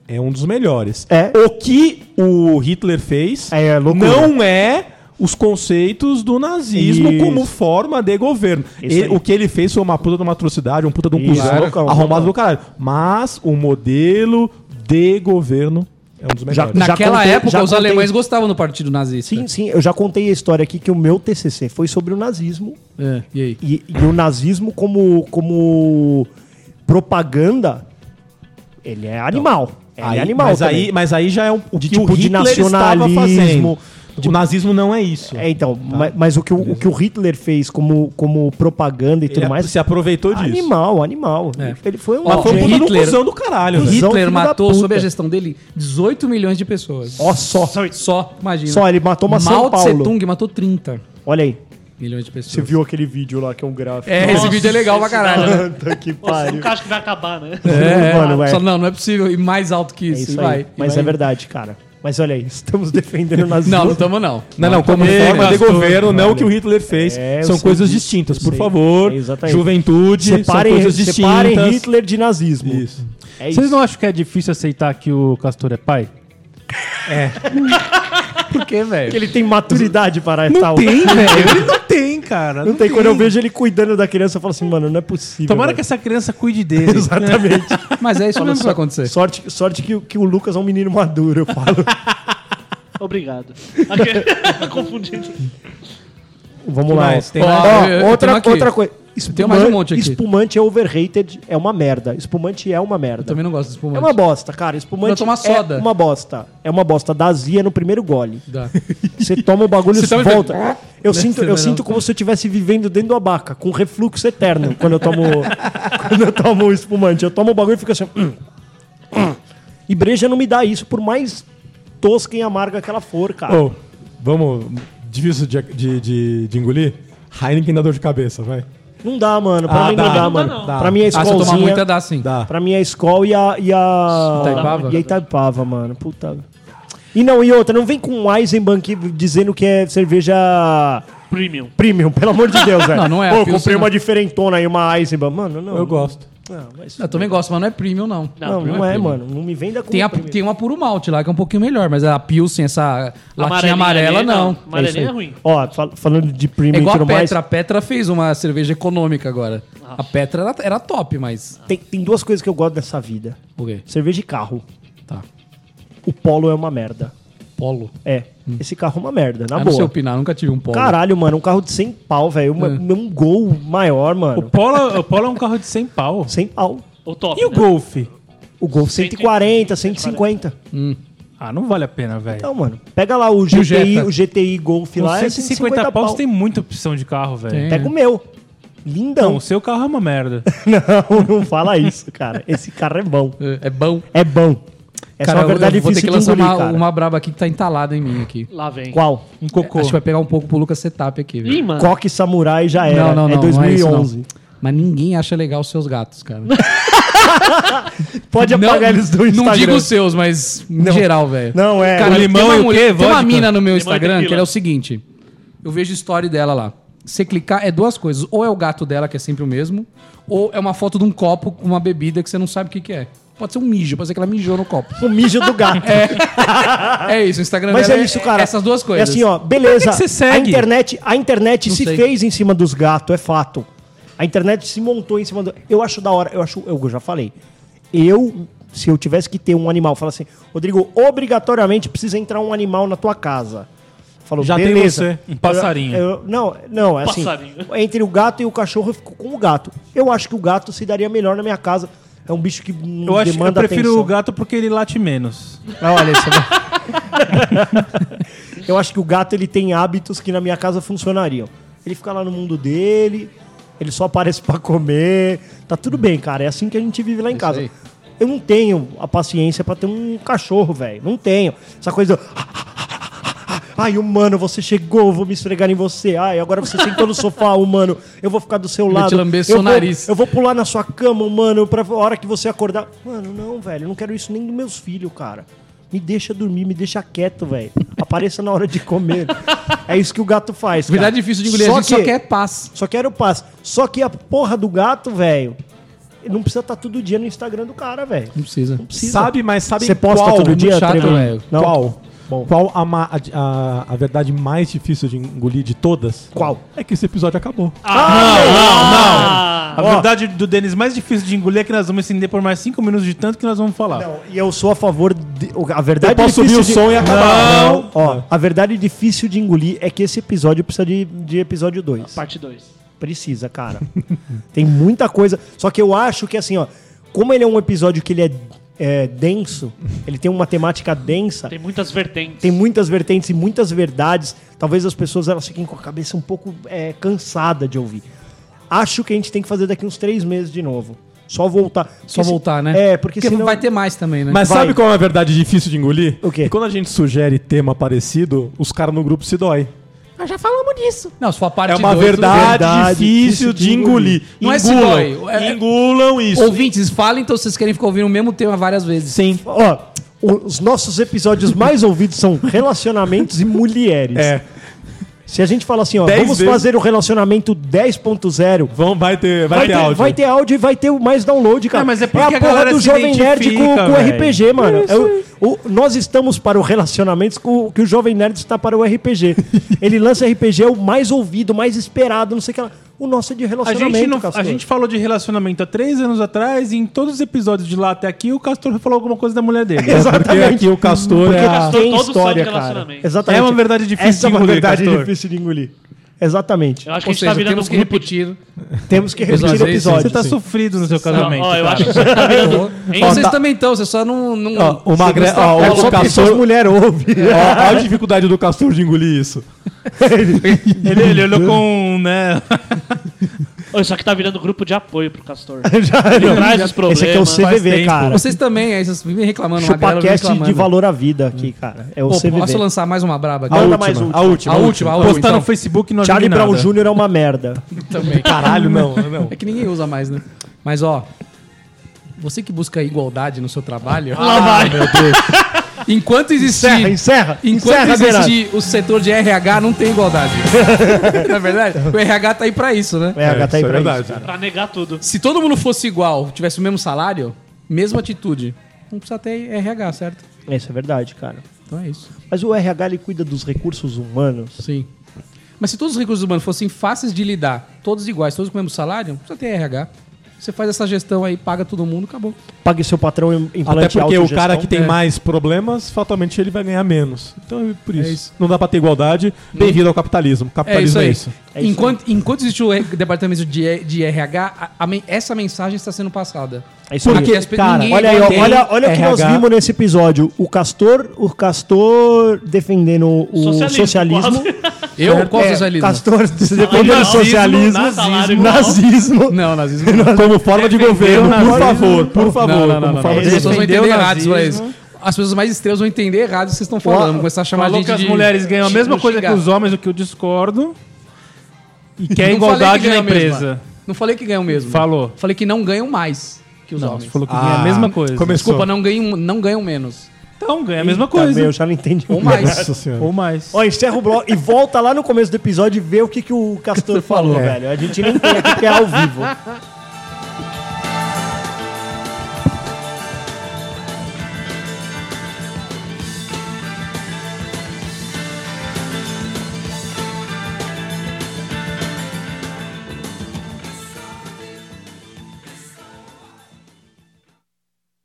Speaker 1: é um dos melhores.
Speaker 5: É.
Speaker 1: O que o Hitler fez
Speaker 5: É loucura.
Speaker 1: não é os conceitos do nazismo
Speaker 5: Isso.
Speaker 1: como forma de governo.
Speaker 5: Isso
Speaker 1: Ele-
Speaker 5: aí.
Speaker 1: o que ele fez foi uma puta de uma atrocidade, um puta de um
Speaker 5: Isso,
Speaker 1: cuzão,
Speaker 5: loucão,
Speaker 1: arrombado
Speaker 5: loucão.
Speaker 1: do caralho. Mas o modelo de governo é um dos melhores.
Speaker 5: Já
Speaker 3: Naquela
Speaker 5: contei-
Speaker 3: época,
Speaker 5: já
Speaker 3: os
Speaker 5: contei-
Speaker 3: alemães gostavam do partido nazista.
Speaker 5: Sim, sim. Eu já contei a história aqui que o meu TCC foi sobre o nazismo.
Speaker 3: É, e aí?
Speaker 5: E, e o nazismo, como, como propaganda, ele é animal. Ele
Speaker 1: Aí-
Speaker 5: é animal.
Speaker 1: mas,
Speaker 5: também.
Speaker 1: aí, mas aí já é o, o
Speaker 5: De
Speaker 1: que
Speaker 5: tipo
Speaker 1: o
Speaker 5: de
Speaker 1: Hitler estava
Speaker 5: nacionalismo,
Speaker 1: fazendo. O nazismo não é isso.
Speaker 5: É, então, ma- mas, o, que o, o que o Hitler fez como, como propaganda e
Speaker 1: Ele
Speaker 5: tudo
Speaker 1: a-
Speaker 5: mais.
Speaker 1: se aproveitou disso.
Speaker 5: Animal, animal. Ele foi um.
Speaker 3: Ó,
Speaker 1: Mas foi um puta de um
Speaker 3: Hitler-
Speaker 1: cuzão do caralho, velho.
Speaker 5: Hitler,
Speaker 3: Hitler
Speaker 5: filho da
Speaker 3: matou,
Speaker 5: puta.
Speaker 3: sob a gestão dele, 18 milhões de pessoas.
Speaker 5: Ó, só.
Speaker 3: Só, imagina.
Speaker 5: Só, ele matou uma São
Speaker 3: Mao Tse
Speaker 5: Paulo.
Speaker 3: Tung matou 30
Speaker 5: Olha aí.
Speaker 3: milhões de pessoas.
Speaker 5: Você viu aquele vídeo lá que é um gráfico?
Speaker 3: É, esse
Speaker 6: Nossa,
Speaker 3: vídeo é legal pra caralho. né?
Speaker 5: Puta que
Speaker 6: Você
Speaker 5: pariu.
Speaker 6: nunca acha que vai acabar, né?
Speaker 3: É,
Speaker 5: Mano,
Speaker 3: só
Speaker 5: velho.
Speaker 3: não, não é possível ir mais alto que
Speaker 5: É
Speaker 3: isso.
Speaker 5: isso
Speaker 3: vai,
Speaker 5: aí. Mas
Speaker 3: vai.
Speaker 5: é verdade, cara. Mas olha aí, estamos defendendo o nazismo.
Speaker 3: Não, não estamos não.
Speaker 1: Não, não, como
Speaker 3: Ei,
Speaker 1: forma de
Speaker 3: Castor,
Speaker 1: governo, não o que o Hitler fez.
Speaker 5: É, eu
Speaker 1: são
Speaker 5: sei
Speaker 1: coisas
Speaker 5: disso,
Speaker 1: distintas,
Speaker 5: eu
Speaker 1: por
Speaker 5: sei.
Speaker 1: favor.
Speaker 5: É, exatamente.
Speaker 1: Juventude,
Speaker 5: Separem,
Speaker 1: são coisas
Speaker 5: separem
Speaker 1: distintas.
Speaker 5: Hitler de nazismo.
Speaker 1: Isso.
Speaker 5: É isso.
Speaker 4: Vocês não acham que é difícil aceitar que o Castor é pai?
Speaker 3: Por quê, velho?
Speaker 5: Ele tem maturidade para tal.
Speaker 4: velho. Ele não tem, cara.
Speaker 5: Não tem. Quando eu vejo ele cuidando da criança, eu falo assim, mano, não é possível.
Speaker 4: Tomara que
Speaker 5: velho.
Speaker 4: essa criança cuide dele.
Speaker 5: Exatamente.
Speaker 3: Mas é isso mesmo que vai acontecer.
Speaker 5: sorte sorte que, o- que o Lucas é um menino maduro, eu falo.
Speaker 6: Obrigado. Aqui- Tá Confundindo.
Speaker 5: Vamos
Speaker 1: Que
Speaker 5: lá.
Speaker 1: mais?
Speaker 5: ó.
Speaker 1: Tem
Speaker 5: Ó,
Speaker 3: mais? um,
Speaker 5: ó,
Speaker 3: Eu- eu tenho
Speaker 5: outra,
Speaker 3: aqui.
Speaker 5: outra coisa.
Speaker 3: tenho mais um monte aqui.
Speaker 5: Espumante é overrated, é uma merda. Espumante é uma merda.
Speaker 3: Também não gosto de espumante.
Speaker 5: É uma bosta, cara. Espumante
Speaker 3: Pra tomar
Speaker 5: é
Speaker 3: soda.
Speaker 5: uma bosta. É uma bosta. Dá azia no primeiro gole.
Speaker 3: Dá. Ah,
Speaker 5: Você toma o bagulho
Speaker 3: Você tá
Speaker 5: e
Speaker 3: toma e
Speaker 5: volta. Eu
Speaker 3: Né?
Speaker 5: sinto,
Speaker 3: Você
Speaker 5: eu
Speaker 3: vai
Speaker 5: sinto
Speaker 3: lá.
Speaker 5: como se eu estivesse vivendo dentro do abaca, com refluxo eterno, quando eu tomo quando eu tomo o espumante. Eu tomo o bagulho e fico assim... "Hum, hum." E breja não me dá isso, por mais tosca e amarga que ela for, cara.
Speaker 1: Ô, vamos. Difícil de, de, de, de engolir? Heineken dá dor de cabeça, vai.
Speaker 5: Não dá, mano. Pra
Speaker 1: Ah,
Speaker 5: mim
Speaker 1: dá.
Speaker 5: não dá,
Speaker 1: Não
Speaker 5: mano.
Speaker 6: dá,
Speaker 1: não.
Speaker 5: Pra mim é
Speaker 3: Ah, se eu tomar
Speaker 5: escolzinha.
Speaker 3: muita, dá sim.
Speaker 1: Dá.
Speaker 5: Pra mim é Skol e a. E a
Speaker 3: Itaipava?
Speaker 5: E a Itaipava, mano. Puta. E não, e outra, não vem com um Eisenbahn que- dizendo que é cerveja
Speaker 6: Premium.
Speaker 5: premium, pelo amor de Deus, velho.
Speaker 3: Não, não é.
Speaker 5: Pô, eu
Speaker 3: Pilsen
Speaker 5: comprei
Speaker 3: não.
Speaker 5: uma diferentona aí, uma Eisenbahn. Mano, não.
Speaker 1: Eu gosto.
Speaker 5: Não, mas-
Speaker 3: Eu também gosto, mas não é premium, não.
Speaker 5: não, não,
Speaker 3: Premium
Speaker 5: é,
Speaker 3: premium.
Speaker 5: mano. Não me venda com.
Speaker 3: Tem, a,
Speaker 5: premium.
Speaker 3: tem uma puro malte lá, que é um pouquinho melhor, mas a Pilsen, essa latinha
Speaker 6: Amarelinha
Speaker 3: amarela,
Speaker 6: ali,
Speaker 3: não.
Speaker 5: É isso
Speaker 6: Amarelinha é,
Speaker 5: aí.
Speaker 6: ruim.
Speaker 5: Ó, fal- falando de
Speaker 3: É
Speaker 5: premium e
Speaker 3: igual a
Speaker 5: tudo mais.
Speaker 3: Petra. A Petra fez uma cerveja econômica agora. A Petra era, era top, mas...
Speaker 5: Tem, tem duas coisas que eu gosto dessa vida:
Speaker 3: O quê?
Speaker 5: cerveja e carro.
Speaker 3: Tá.
Speaker 5: O Polo é uma merda.
Speaker 3: Polo.
Speaker 5: É.
Speaker 3: Hum.
Speaker 5: Esse carro é uma merda, na
Speaker 3: Ah, não
Speaker 5: boa.
Speaker 3: sei opinar, nunca tive um polo.
Speaker 5: Caralho, mano, um carro de 100 pau, velho.
Speaker 3: É.
Speaker 5: uma- Um gol maior,
Speaker 4: O
Speaker 5: mano.
Speaker 4: Polo, o Polo é um carro de 100 pau.
Speaker 5: 100 pau.
Speaker 6: O top.
Speaker 4: E o
Speaker 6: né?
Speaker 4: Golf?
Speaker 5: O gol 140, 150.
Speaker 4: Ah, não vale a pena, velho.
Speaker 5: Então, mano, pega lá o GTI,
Speaker 3: Jetta.
Speaker 5: o GTI Golf
Speaker 4: Com
Speaker 5: lá, é
Speaker 4: 150 pau, você tem
Speaker 5: Tem...
Speaker 4: muita opção de carro, velho.
Speaker 3: Tem.
Speaker 5: Pega o meu.
Speaker 4: Não,
Speaker 5: Lindão.
Speaker 4: o seu carro é uma merda.
Speaker 5: Não, não fala isso, cara. Esse carro é bom.
Speaker 3: É, é bom.
Speaker 5: É bom. É
Speaker 3: Cara,
Speaker 5: só uma
Speaker 3: eu-
Speaker 5: verdade
Speaker 3: eu vou ter
Speaker 5: difícil
Speaker 3: que
Speaker 5: de
Speaker 3: lançar
Speaker 5: engolir,
Speaker 3: uma,
Speaker 5: cara.
Speaker 3: uma braba aqui que tá entalada em mim aqui.
Speaker 6: Lá vem.
Speaker 5: Qual?
Speaker 4: Um cocô.
Speaker 3: Acho que vai pegar um pouco pro Lucas setup aqui, velho.
Speaker 6: Ih, mano.
Speaker 5: Coque Samurai já era. é
Speaker 3: isso,
Speaker 5: 2011.
Speaker 3: Mas ninguém acha legal os seus gatos, cara.
Speaker 5: Pode
Speaker 3: Não-
Speaker 5: apagar eles do Instagram.
Speaker 3: Não digo os seus, mas em geral, velho.
Speaker 5: Não, é.
Speaker 3: Cara,
Speaker 4: O limão
Speaker 3: tem uma,
Speaker 4: e o
Speaker 3: mulher-
Speaker 4: quê?
Speaker 3: tem uma
Speaker 4: Vodka?
Speaker 3: mina no meu
Speaker 6: e
Speaker 3: Instagram que
Speaker 6: tequila.
Speaker 3: ela é o seguinte. Eu vejo story dela lá. Você clicar é duas coisas. Ou é o gato dela, que é sempre o mesmo, ou é uma foto de um copo com uma bebida que você não sabe o que, que é. Pode ser um mijo, pode ser que ela mijou no copo.
Speaker 5: O mijo do gato.
Speaker 3: É isso, o Instagram
Speaker 5: Ah. Mas
Speaker 3: dela
Speaker 5: é isso, cara.
Speaker 3: Essas duas coisas.
Speaker 5: É assim, ó, beleza.
Speaker 4: Por que que você
Speaker 5: A
Speaker 4: segue?
Speaker 5: internet, a internet
Speaker 3: Não
Speaker 5: se
Speaker 3: sei.
Speaker 5: fez em cima dos gatos, é fato. A internet se montou em cima do. Eu acho da hora, eu acho, eu já falei. Eu, se eu tivesse que ter um animal, falar assim, Rodrigo, obrigatoriamente precisa entrar um animal na tua casa. Falou,
Speaker 1: Já tem
Speaker 5: beleza.
Speaker 4: você, um passarinho.
Speaker 5: Eu- eu- não, não, é assim.
Speaker 6: Passarinho.
Speaker 5: Entre o gato e o cachorro, eu fico com o gato. Eu acho que o gato se daria melhor na minha casa. É um bicho que não
Speaker 4: Eu, acho, eu
Speaker 5: demanda
Speaker 4: prefiro
Speaker 5: atenção.
Speaker 4: o gato porque ele late menos.
Speaker 5: Ah, olha isso. Eu acho que o gato ele tem hábitos que na minha casa funcionariam. Ele fica lá no mundo dele, ele só aparece pra comer. Tá tudo bem, cara. É assim que a gente vive lá em casa.
Speaker 3: aí.
Speaker 5: Eu não tenho a paciência pra ter um cachorro, velho. Não tenho. Essa coisa. do- Ah, Ai, humano, você chegou, eu vou me esfregar em você. Ai, agora você sentou no sofá, humano. Eu vou ficar do seu lado.
Speaker 3: te lamber seu
Speaker 5: eu vou,
Speaker 3: nariz.
Speaker 5: Eu vou pular na sua cama, humano, pra hora que você acordar. Mano, não, velho. Eu não quero isso nem dos meus filhos, cara. Me deixa dormir, me deixa quieto, velho. Apareça na hora de comer. É isso que o gato faz. cara.
Speaker 3: Verdade é difícil de engolir. a gente só quer paz.
Speaker 5: Só quero paz. Só que a porra do gato, velho, não precisa estar todo dia no Instagram do cara, velho.
Speaker 3: Não precisa.
Speaker 5: Precisa.
Speaker 1: Sabe, mas sabe
Speaker 5: Você posta
Speaker 1: qual?
Speaker 5: todo dia,
Speaker 3: chato, né?
Speaker 5: Trevor?
Speaker 3: velho.
Speaker 5: Não?
Speaker 1: Qual?
Speaker 5: Bom.
Speaker 1: Qual a, ma- a- a- a verdade mais difícil de engolir de todas?
Speaker 5: Qual?
Speaker 1: É que esse episódio acabou.
Speaker 6: Ah,
Speaker 4: A verdade do Denis mais difícil de engolir é que nós vamos estender por mais 5 minutos de tanto que nós vamos falar.
Speaker 5: Não, e eu sou a favor. De, o- a verdade
Speaker 1: Eu posso subir
Speaker 5: difícil
Speaker 1: o som e
Speaker 5: Não,
Speaker 1: acabar. é Não.
Speaker 5: Ó, a verdade difícil de engolir é que esse episódio precisa de, de episódio 2.
Speaker 6: Parte 2.
Speaker 5: Precisa, cara. Tem muita coisa. Só que eu acho que assim, ó, como ele é um episódio que ele é, é, denso, ele tem uma temática densa.
Speaker 6: Tem muitas vertentes.
Speaker 5: Tem muitas vertentes e muitas verdades. Talvez as pessoas elas fiquem com a cabeça um pouco é, cansada de ouvir. Acho que a gente tem que fazer daqui uns três meses de novo. Só voltar.
Speaker 3: Só
Speaker 5: Porque se-
Speaker 3: voltar, né?
Speaker 5: É, porque, senão...
Speaker 3: vai ter mais também, né?
Speaker 1: Mas
Speaker 5: Vai.
Speaker 1: sabe qual é a verdade difícil de engolir?
Speaker 5: O quê?
Speaker 1: Que quando a gente sugere tema parecido, os caras no grupo se dói.
Speaker 3: Não, se for a parte
Speaker 1: É uma
Speaker 3: dois, tudo bem.
Speaker 1: verdade,
Speaker 5: verdade
Speaker 1: difícil de engolir.
Speaker 3: Não é se dói, é-
Speaker 1: Engulam isso.
Speaker 3: Ouvintes, falem, então se vocês querem ficar ouvindo o mesmo tema várias vezes.
Speaker 1: Sim.
Speaker 5: Ó, Os nossos episódios mais ouvidos são relacionamentos e mulheres.
Speaker 1: É.
Speaker 5: Se a gente fala assim, ó,
Speaker 1: Dez
Speaker 5: vamos
Speaker 1: vezes.
Speaker 5: fazer o relacionamento 10.0,
Speaker 1: Vão, vai ter, vai ter áudio.
Speaker 5: vai ter áudio e vai ter mais download, cara.
Speaker 4: Não, mas é porque a
Speaker 5: a porra
Speaker 4: galera
Speaker 5: do
Speaker 4: se
Speaker 5: Jovem Nerd com,
Speaker 4: identifica,
Speaker 5: com o
Speaker 4: velho.
Speaker 5: RPG, mano. É o- o- nós estamos para o relacionamentos com, que o Jovem Nerd está para o RPG. Ele lança RPG, é o mais ouvido, mais esperado, não sei o que lá. O nosso é de
Speaker 4: A
Speaker 5: relacionamento,
Speaker 4: gente, não, a
Speaker 5: Castor.
Speaker 4: gente falou de relacionamento há três anos atrás e em todos os episódios de lá até aqui o Castor falou alguma coisa da mulher dele.
Speaker 1: É porque aqui o Castor é a...
Speaker 6: Castor
Speaker 5: Tem
Speaker 6: todos
Speaker 5: história,
Speaker 6: são de
Speaker 5: cara.
Speaker 6: relacionamento.
Speaker 5: Exatamente.
Speaker 4: É uma verdade difícil
Speaker 5: Essa é uma
Speaker 4: de engolir,
Speaker 5: verdade
Speaker 4: Castor.
Speaker 5: difícil de engolir. Exatamente.
Speaker 6: Eu acho que
Speaker 3: Ou
Speaker 6: a gente tá
Speaker 3: seja,
Speaker 6: virando um
Speaker 3: temos que
Speaker 6: grupo de...
Speaker 3: repetir.
Speaker 5: Temos que repetir
Speaker 3: Às
Speaker 5: o
Speaker 3: vezes,
Speaker 5: episódio.
Speaker 4: Você tá
Speaker 5: sim.
Speaker 4: sofrido no seu casamento.
Speaker 6: Ó, eu
Speaker 4: cara.
Speaker 6: acho que você tá virando... Hein?
Speaker 3: um Vocês
Speaker 1: tá-
Speaker 3: também estão, vocês só não. não
Speaker 1: Ó, o Magré- ó,
Speaker 3: É
Speaker 1: o
Speaker 3: só
Speaker 5: Pessoas
Speaker 1: Castor...
Speaker 5: mulher ouve.
Speaker 1: Ó, ó a dificuldade do Castor de engolir isso.
Speaker 4: Ele, ele olhou com, né?
Speaker 6: Ô, Isso aqui tá virando grupo de apoio pro Castor. Ele traz os problemas.
Speaker 5: Esse aqui é o
Speaker 4: faz
Speaker 5: CVV,
Speaker 4: tempo.
Speaker 5: cara.
Speaker 3: Vocês também, aí vocês vivem reclamando, a galera vive
Speaker 5: Chupacast
Speaker 3: reclamando.
Speaker 5: de valor à vida aqui, cara. É o
Speaker 3: Pô,
Speaker 5: CVV.
Speaker 3: posso lançar mais uma braba aqui?
Speaker 5: Manda
Speaker 1: última,
Speaker 5: mais um. última.
Speaker 1: a última.
Speaker 3: A última, a última.
Speaker 4: Postar no
Speaker 3: Então,
Speaker 4: Facebook não
Speaker 5: Charlie
Speaker 4: ajuda em
Speaker 5: Brown
Speaker 4: nada.
Speaker 5: Jr. é uma merda.
Speaker 3: também.
Speaker 1: Caralho, não, não.
Speaker 3: É que ninguém usa mais, né? Mas, ó. Você que busca igualdade no seu trabalho. Enquanto existir.
Speaker 5: Encerra, encerra.
Speaker 3: Enquanto
Speaker 5: encerra, Bernardo.
Speaker 3: existir o setor de RH, não tem igualdade. não é verdade? O RH tá aí pra isso, né?
Speaker 5: É, a gata aí
Speaker 1: isso é
Speaker 5: pra
Speaker 1: verdade.
Speaker 5: isso, cara.
Speaker 6: Pra negar tudo.
Speaker 3: Se todo mundo fosse igual, tivesse o mesmo salário, mesma atitude, não precisa ter RH, certo?
Speaker 5: É, Isso é verdade, cara.
Speaker 3: Então é isso.
Speaker 5: Mas o RH, ele cuida dos recursos humanos.
Speaker 3: Sim. Mas se todos os recursos humanos fossem fáceis de lidar, todos iguais, todos com o mesmo salário, não precisa ter RH. Você faz essa gestão aí, paga todo mundo, acabou.
Speaker 5: Pague seu patrão em implante
Speaker 1: Até porque o
Speaker 5: autogestão.
Speaker 1: cara que tem
Speaker 3: É.
Speaker 1: mais problemas, fatalmente ele vai ganhar menos. Então é por isso.
Speaker 3: isso.
Speaker 1: Não dá pra ter igualdade. Bem-vindo ao capitalismo.
Speaker 3: É isso
Speaker 1: Capitalismo
Speaker 3: aí.
Speaker 1: é isso.
Speaker 5: É isso
Speaker 3: enquanto, enquanto existe o departamento de, de RH, a- a men- essa mensagem está sendo passada.
Speaker 5: É isso aí.
Speaker 3: Porque as pe-
Speaker 5: cara,
Speaker 3: ninguém
Speaker 5: olha aí, ó,
Speaker 3: tem
Speaker 5: olha, olha o que
Speaker 1: RH.
Speaker 5: nós vimos nesse episódio. O Castor, o Castor defendendo o socialismo.
Speaker 6: Socialismo, quase.
Speaker 3: Eu? Qual
Speaker 5: É,
Speaker 3: socialismo?
Speaker 5: Castor defendendo o
Speaker 6: Nazismo,
Speaker 5: socialismo.
Speaker 6: nazismo.
Speaker 5: Nazismo.
Speaker 3: Não, nazismo não.
Speaker 1: Como forma de governo, por favor, por favor.
Speaker 3: Não, não, não,
Speaker 1: como
Speaker 3: não.
Speaker 1: forma
Speaker 3: As
Speaker 1: de
Speaker 3: pessoas vão
Speaker 1: governo.
Speaker 3: entender
Speaker 4: Defendeu o
Speaker 3: errado isso pra
Speaker 4: nazismo.
Speaker 3: isso. As pessoas mais estrelas vão entender errado o que vocês estão falando. Vão começar a chamar a
Speaker 4: Falou
Speaker 3: gente
Speaker 4: que as
Speaker 3: de-
Speaker 4: mulheres ganham a mesma
Speaker 3: de
Speaker 4: coisa que
Speaker 3: xingar.
Speaker 4: os homens, o que eu discordo. E
Speaker 3: Não
Speaker 4: quer
Speaker 3: falei
Speaker 4: igualdade
Speaker 3: que
Speaker 4: na
Speaker 3: ganham mesmo,
Speaker 4: empresa.
Speaker 3: ah. Não falei que ganham mesmo.
Speaker 4: Falou.
Speaker 3: Falei que não ganham mais que os
Speaker 4: Não,
Speaker 3: homens.
Speaker 4: você falou que ganha a mesma coisa.
Speaker 1: Começou.
Speaker 3: Desculpa, não ganham, não ganham menos.
Speaker 4: Então, ganha a mesma
Speaker 5: Tá,
Speaker 4: coisa.
Speaker 5: meu, já não entendi.
Speaker 3: Ou mais.
Speaker 1: Nossa senhora.
Speaker 4: Ou mais.
Speaker 5: Ó, encerra o bloco e volta lá no começo do episódio e vê o que, que o Castor falou, velho. A gente não tem aqui porque é ao vivo.